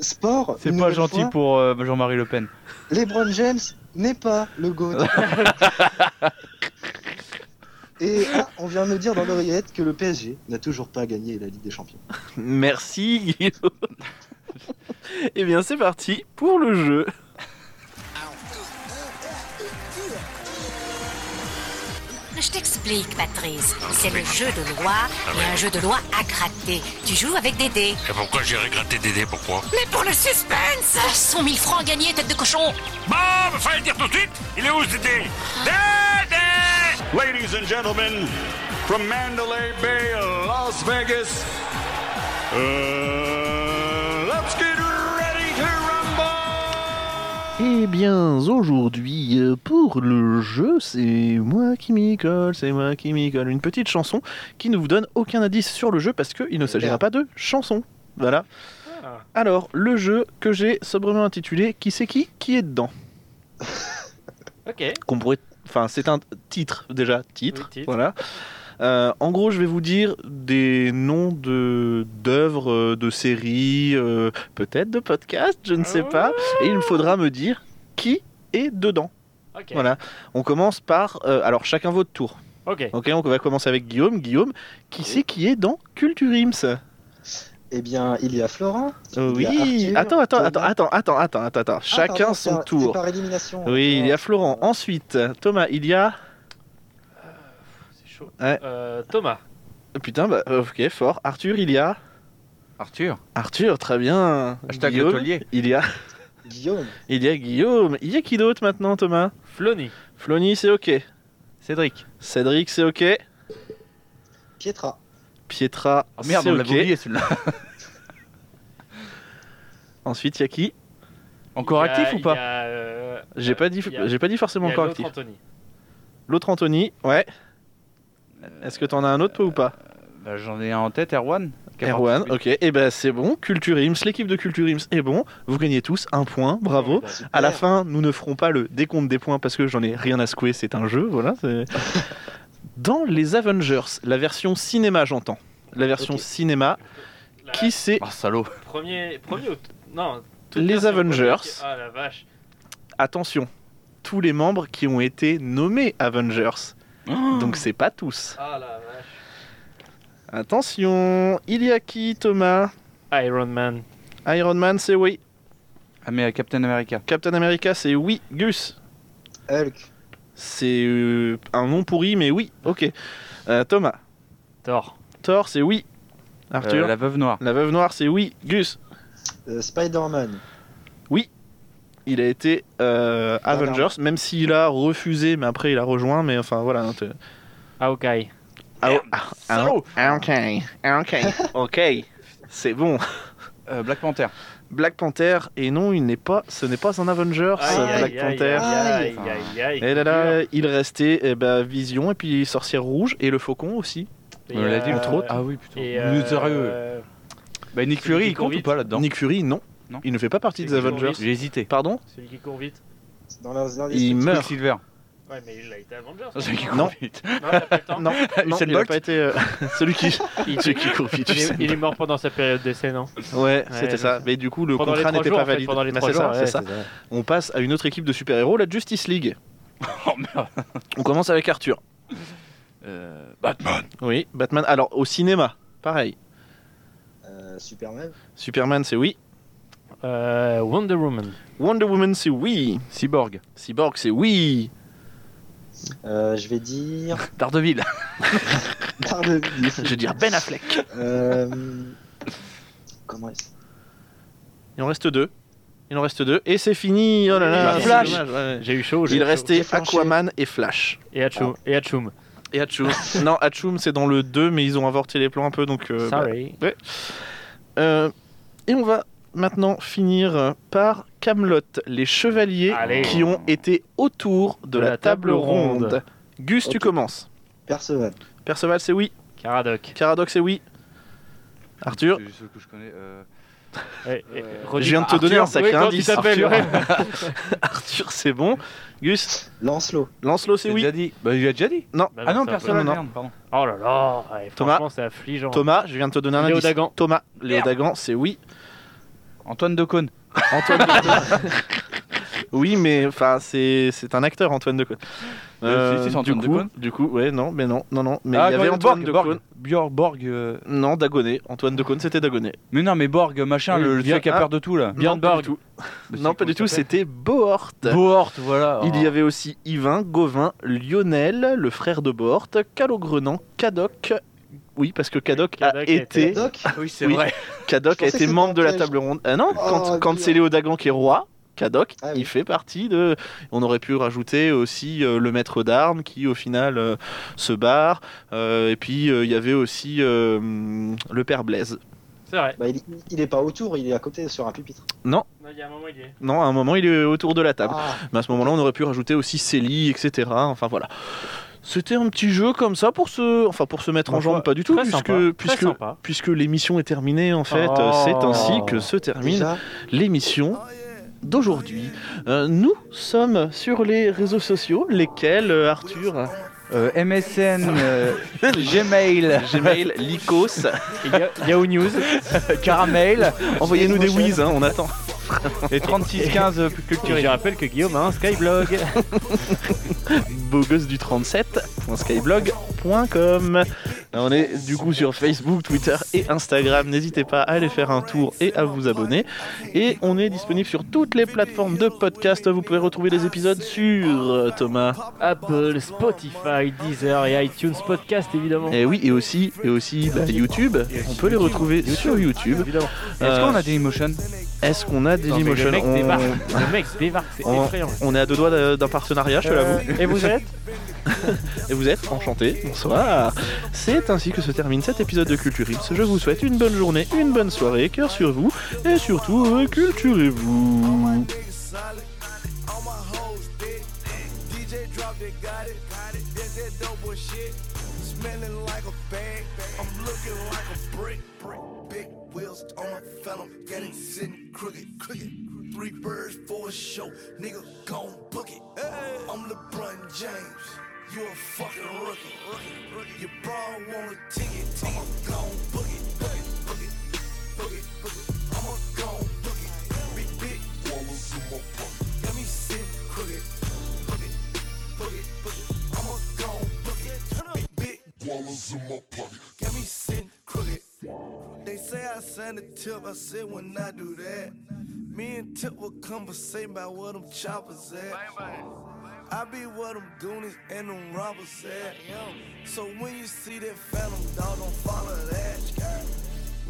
C: sport.
D: C'est
C: une
D: pas
C: nouvelle
D: gentil
C: fois,
D: pour euh, Jean-Marie Le Pen.
C: LeBron James n'est pas le GOAT. Et ah, on vient de nous dire dans l'oreillette que le PSG n'a toujours pas gagné la Ligue des Champions.
A: Merci Guillaume. Eh bien, c'est parti pour le jeu.
I: Je t'explique, Patrice. C'est le jeu de loi et un jeu de loi à gratter. Tu joues avec des dés.
J: Ah Et pourquoi j'irai gratter Dédé Pourquoi
I: Mais pour le suspense 100 000 francs gagnés, tête de cochon
J: Bon, mais fallait le dire tout de suite Il est où ce Dédé Dédé Ladies and gentlemen, from Mandalay Bay, Las Vegas, uh, let's get ready to rumble
A: Eh bien, aujourd'hui, euh, pour le jeu, c'est moi qui m'y colle, c'est moi qui m'y colle. Une petite chanson qui ne vous donne aucun indice sur le jeu parce qu'il ne s'agira pas de chanson. Voilà.
B: Ah.
A: Alors, le jeu que j'ai sobrement intitulé Qui c'est qui Qui est dedans
H: Ok.
A: qu'on pourrait- Enfin, c'est un titre, déjà, titre.
B: Oui, titre.
A: Voilà. Euh, en gros, je vais vous dire des noms de d'œuvres, euh, de séries, euh, peut-être de podcasts, je ne sais pas. Et il me faudra me dire qui est dedans.
B: Ok.
A: Voilà. On commence par. euh, alors, chacun votre tour.
B: Ok.
A: Ok, on va commencer avec Guillaume. Guillaume, qui c'est qui est dans Culture Ims
C: Eh bien, il y a Florent. il y a
A: Oui.
C: Euh, Ah,
A: Attends,
C: Arthur,
A: attends,
C: Thomas.
A: attends, attends, attends, attends, attends, attends.
C: Ah,
A: Chacun
C: pardon,
A: son
C: c'est- C'est
A: tour.
C: par élimination.
A: Oui, il y a Florent.
C: Euh,
A: Ensuite, Thomas, il y a.
B: C'est chaud.
A: Ouais.
B: Euh, Thomas.
A: Putain, bah, ok, fort. Arthur, il y a.
D: Arthur.
A: Arthur, très bien.
D: Hashtag
A: Guillaume,
D: le taulier.
A: Il y a.
C: Guillaume.
A: Il y a Guillaume. Il y a qui d'autre maintenant, Thomas
B: Flony.
A: Flony, c'est ok.
D: Cédric.
A: Cédric, c'est ok.
C: Pietra.
A: Pietra,
D: Oh
A: Ah,
D: merde,
A: c'est
D: on
A: ok.
D: l'avait oublié celui-là.
A: Ensuite, il y a qui
D: Encore
B: Il y a-
D: actif ou
B: il
D: pas
B: y a, euh,
A: J'ai pas dit,
B: il y a-
A: j'ai pas dit
B: il
A: forcément
B: y a
A: encore
B: l'autre
A: actif.
B: Anthony.
A: L'autre Anthony, ouais.
B: Euh,
A: Est-ce que t'en as un autre toi, ou pas
D: Bah, J'en ai un en tête, Erwan. qui a
A: Erwan,
D: participé.
A: ok. Et ben c'est bon. Culture Ims, l'équipe de Culture Ims est bon. Vous gagnez tous un point, bravo.
B: bah,
C: Super.
A: À la fin, nous ne ferons pas le décompte des points parce que j'en ai rien à secouer, c'est un jeu, voilà. c'est- Dans les Avengers, la version cinéma, j'entends. La version
C: Ok.
A: cinéma,
B: La-
A: qui c'est
D: Ah, salaud.
B: Premier, premier ou t- Non. toute
A: Les
B: version
A: Avengers.
B: premier qui- Ah la vache.
A: Attention, tous les membres qui ont été nommés Avengers.
D: Ah.
A: Donc c'est pas tous.
B: Ah la vache.
A: Attention, il y a qui Thomas
B: Iron Man.
A: Iron Man c'est oui,
D: Ah, mais euh, Captain America.
A: Captain America c'est oui, Gus
C: Hulk.
A: c'est euh, un nom pourri mais oui, ok. Euh, Thomas,
B: Thor.
A: Thor c'est oui,
D: Euh,
A: Arthur,
D: la veuve noire.
A: la veuve noire c'est oui, Gus
C: euh, Spider-Man.
A: il a été euh,
C: Bannerman.
A: Avengers, même s'il a refusé, mais après il a rejoint, mais enfin voilà. hein, t'es-
B: Hawkeye.
A: Ah, ah, ah, ah, ok, ah, ok, ok, c'est bon.
D: Euh, Black Panther.
A: Black Panther, et non, il n'est pas, ce n'est pas un Avengers,
B: Aïe,
A: Black
B: aïe, aïe,
A: Panther.
B: aïe, aïe, aïe, aïe,
A: Et là, là, il restait eh ben, Vision, et puis Sorcière Rouge, et le Faucon aussi.
B: Et,
D: On l'a dit,
B: euh,
D: entre autres. Ah oui, putain.
B: Et,
D: Mais sérieux.
B: euh,
D: Bah,
B: celui
D: Nick
B: qui
D: Fury, il
B: court
D: compte ou
B: vite.
D: pas là-dedans
A: Nick Fury, non.
D: Non.
A: Il ne fait pas partie
B: C'est
A: des
B: qui,
A: Avengers.
B: Boris
D: J'ai hésité.
A: Pardon
B: celui qui court vite.
C: C'est Dans la, dans les-
A: Il meurt.
D: Silver.
B: Ouais, mais il a été Avengers.
D: Celui qui
B: non
D: court
A: Non.
D: vite.
B: Non, il a pas le temps.
A: Non, non
D: Usain
A: il n'a
D: Bolt
A: pas été euh, celui qui,
B: Il,
A: celui qui court vite.
B: il est,
A: Usain
B: il est mort pendant sa période d'essai, non
A: Ouais, c'était
B: je
A: ça. Mais du coup, le
B: Pendant les
A: contrat
B: trois
A: n'était
B: jours,
A: pas
B: en fait,
A: valide.
B: pendant les
A: Mais
B: trois
A: c'est ça,
B: jours,
A: c'est
B: ouais,
A: ça. On passe à une autre équipe de super-héros, la Justice League.
D: Oh merde.
A: On commence avec Arthur.
D: Euh, Batman.
A: Oui, Batman. Alors, au cinéma, pareil.
C: Euh, Superman.
A: Superman, c'est oui.
B: Euh, Wonder Woman.
A: Wonder Woman, c'est oui.
D: Cyborg.
A: Cyborg, c'est oui.
C: Euh, je vais dire.
D: Daredevil.
C: Pardon.
A: Je veux dire Ben Affleck.
C: Euh, Comment est-ce
A: Il en reste deux. Il en reste deux. Et c'est fini. Oh là là,
B: Et
A: c'est
B: Flash.
A: dommage, ouais, ouais.
B: J'ai eu chaud. j'ai
A: Il Ah.
B: eu chaud.
A: restait
C: J'ai flanché.
A: Aquaman et Flash.
B: Et Hatchoum. Et Hatchoum.
A: Et Hatchoum. non, Hatchoum, c'est dans le 2, mais ils ont inventé les plans un peu, donc... euh, bah,
B: Sorry.
A: Euh, et on va maintenant finir euh, par Camelot, les chevaliers
B: Allez.
A: qui ont été autour de, la, table, ronde.
B: ronde.
A: Gus, tu
C: Ok.
A: commences.
C: Perceval.
A: Perceval, c'est oui.
B: Caradoc.
A: Caradoc, c'est oui. Arthur,
D: C'est le seul que je connais. euh,
B: Eh, eh,
D: Euh,
A: je
B: redis-
A: viens de te
B: Arthur,
A: donner un sacré
B: oui, quand
A: indice.
B: tu t'appelles,
A: Arthur,
B: ouais.
A: Arthur, c'est bon. Gus,
C: Lancelot.
A: Lancelot,
D: C'est
A: c'est oui.
D: déjà dit. Bah, il a déjà dit.
B: Bah
D: Ah non,
B: c'est un
D: personne.
A: non, non.
D: merde, pardon.
B: peu- Oh là là. ouais,
A: Thomas.
B: Franchement, c'est affligeant.
A: Thomas, je viens de te donner un
B: Léo
A: indice.
B: Dagan.
A: Thomas, Léo Dagan, c'est oui.
D: Antoine Decaune.
A: Antoine de- Oui, mais enfin, c'est c'est un acteur, Antoine de Caunes.
D: Euh, si, si, c'est
A: du
D: Antoine de
A: coup,
D: Caunes.
A: du coup, ouais, non, mais non, non, non. Mais
D: Ah,
A: il y avait
D: Borg,
A: Antoine de
D: Borg,
A: Caunes.
D: Björn Borg. euh,
A: Non, Dagonet. Antoine de Caunes, c'était Dagonet.
D: Mais non, mais Borg, machin,
A: Oui,
D: le, le
A: bien-
D: celui qui a
A: ah.
D: peur de tout là.
B: Björn
A: non, pas du
B: Borg.
A: tout. Non,
D: Bah,
A: pas
D: c'est
A: du
D: comment il
A: tout,
D: s'appelle
A: c'était Bohort.
D: Bohort, voilà.
A: Il y avait aussi Yvain, Gauvin, Lionel, le frère de Bohort, Calogrenant, Cadoc. Oui, parce que Cadoc a
B: Cadoc a été-
A: été.
C: Doc.
D: Ah oui, c'est
A: Oui.
D: vrai.
A: Cadoc
C: Je
A: a
C: pensais
A: été
C: que
A: membre de la
C: c'était un
A: table ronde. Ah non, quand,
C: Oh,
A: quand
C: dur.
A: c'est Léo Dagan qui est roi, Cadoc,
C: Ah
A: il
C: oui.
A: fait partie de. On aurait pu rajouter aussi euh, le maître d'armes qui, au final, euh, se barre. Euh, et puis, euh, il y avait aussi euh, hum, le père Blaise.
B: C'est vrai.
C: Bah, il, il est pas autour, il est à côté sur un pupitre.
B: Non, Il y a un moment, il y est.
A: Non, à un moment, il est autour de la table.
C: Ah,
A: Mais à ce moment-là, on aurait pu rajouter aussi Célie, etc. Enfin voilà. C'était un petit jeu comme ça pour se, enfin pour se mettre en
B: Ma foi,
A: jambe, pas du tout,
B: Très
A: puisque,
B: sympa. Très
A: puisque,
B: sympa.
A: puisque l'émission est terminée en fait.
B: Oh.
A: C'est ainsi que se termine
C: déjà.
A: l'émission d'aujourd'hui. Euh, nous sommes sur les réseaux sociaux, lesquels euh, Arthur,
D: Euh, MSN, euh, Gmail,
A: Gmail, Lycos.
B: Et y a- Yahoo News.
D: Caramel
A: Envoyez-nous des whiz, hein, on attend.
D: et 3615 euh, plus
B: Et je
D: culturel.
B: rappelle que Guillaume a un Skyblog.
A: Beau gosse du 37. skyblog.com. On est du coup sur Facebook, Twitter et Instagram. N'hésitez pas à aller faire un tour et à vous abonner. Et on est disponible sur toutes les plateformes de podcast. Vous pouvez retrouver les épisodes sur euh, Thomas.
H: Apple, Spotify, Deezer et iTunes Podcast évidemment.
A: Et Eh oui, et aussi, et aussi bah, YouTube. On peut les retrouver sur YouTube.
D: Est-ce
A: Euh,
D: qu'on a des emotions
A: Est-ce qu'on a
H: Non, mais
A: Dailymotion
H: le mec
A: on...
H: débarque, le mec débarque, c'est
A: on-
H: effrayant.
A: on est à deux doigts d'un d'un partenariat,
B: Euh,
A: je te l'avoue.
H: Et vous êtes
A: Et vous êtes enchanté. Bonsoir. C'est ainsi que se termine cet épisode de Culture Ips. Je vous souhaite une bonne journée, une bonne soirée, cœur sur vous, et surtout, euh, culturez-vous.
F: They say I signed a tip, I said when I do that. Me and Tip will conversate about where them choppers at. I be where them goonies and them robbers at. So when you see that phantom dog, don't follow that.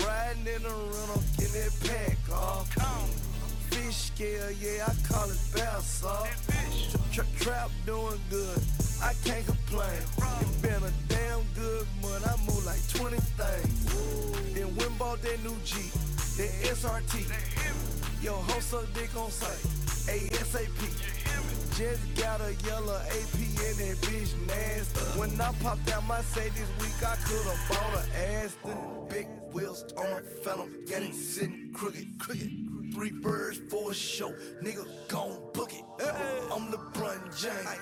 F: Riding in the rental, get that pack off. Fish scale, yeah, I call it bass off. Tra- Trap doing good, I can't complain. It been a damn good month, I move like 20 things. Then when bought that new Jeep, that SRT. Yo, hoe suck dick on site, ASAP. Just got a yellow AP and that bitch nasty. When I popped out my say this week, I could've bought a Aston. Big wheels on a phantom, got it sitting crooked, crooked. Three birds for a show, nigga gon' book it. I'm LeBron James,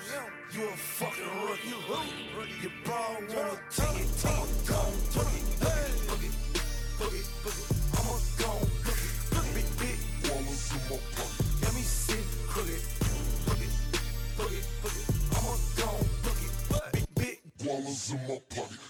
F: you a fucking rookie. Your bra wanna take it, I'm gon' book it. Book it, book it, book it. I'm a gon' book it. Big, big wallets in my pocket. Got me sitting crooked. Book it, book it, book it. I'm a gon' book it. Big, big wallets in my pocket.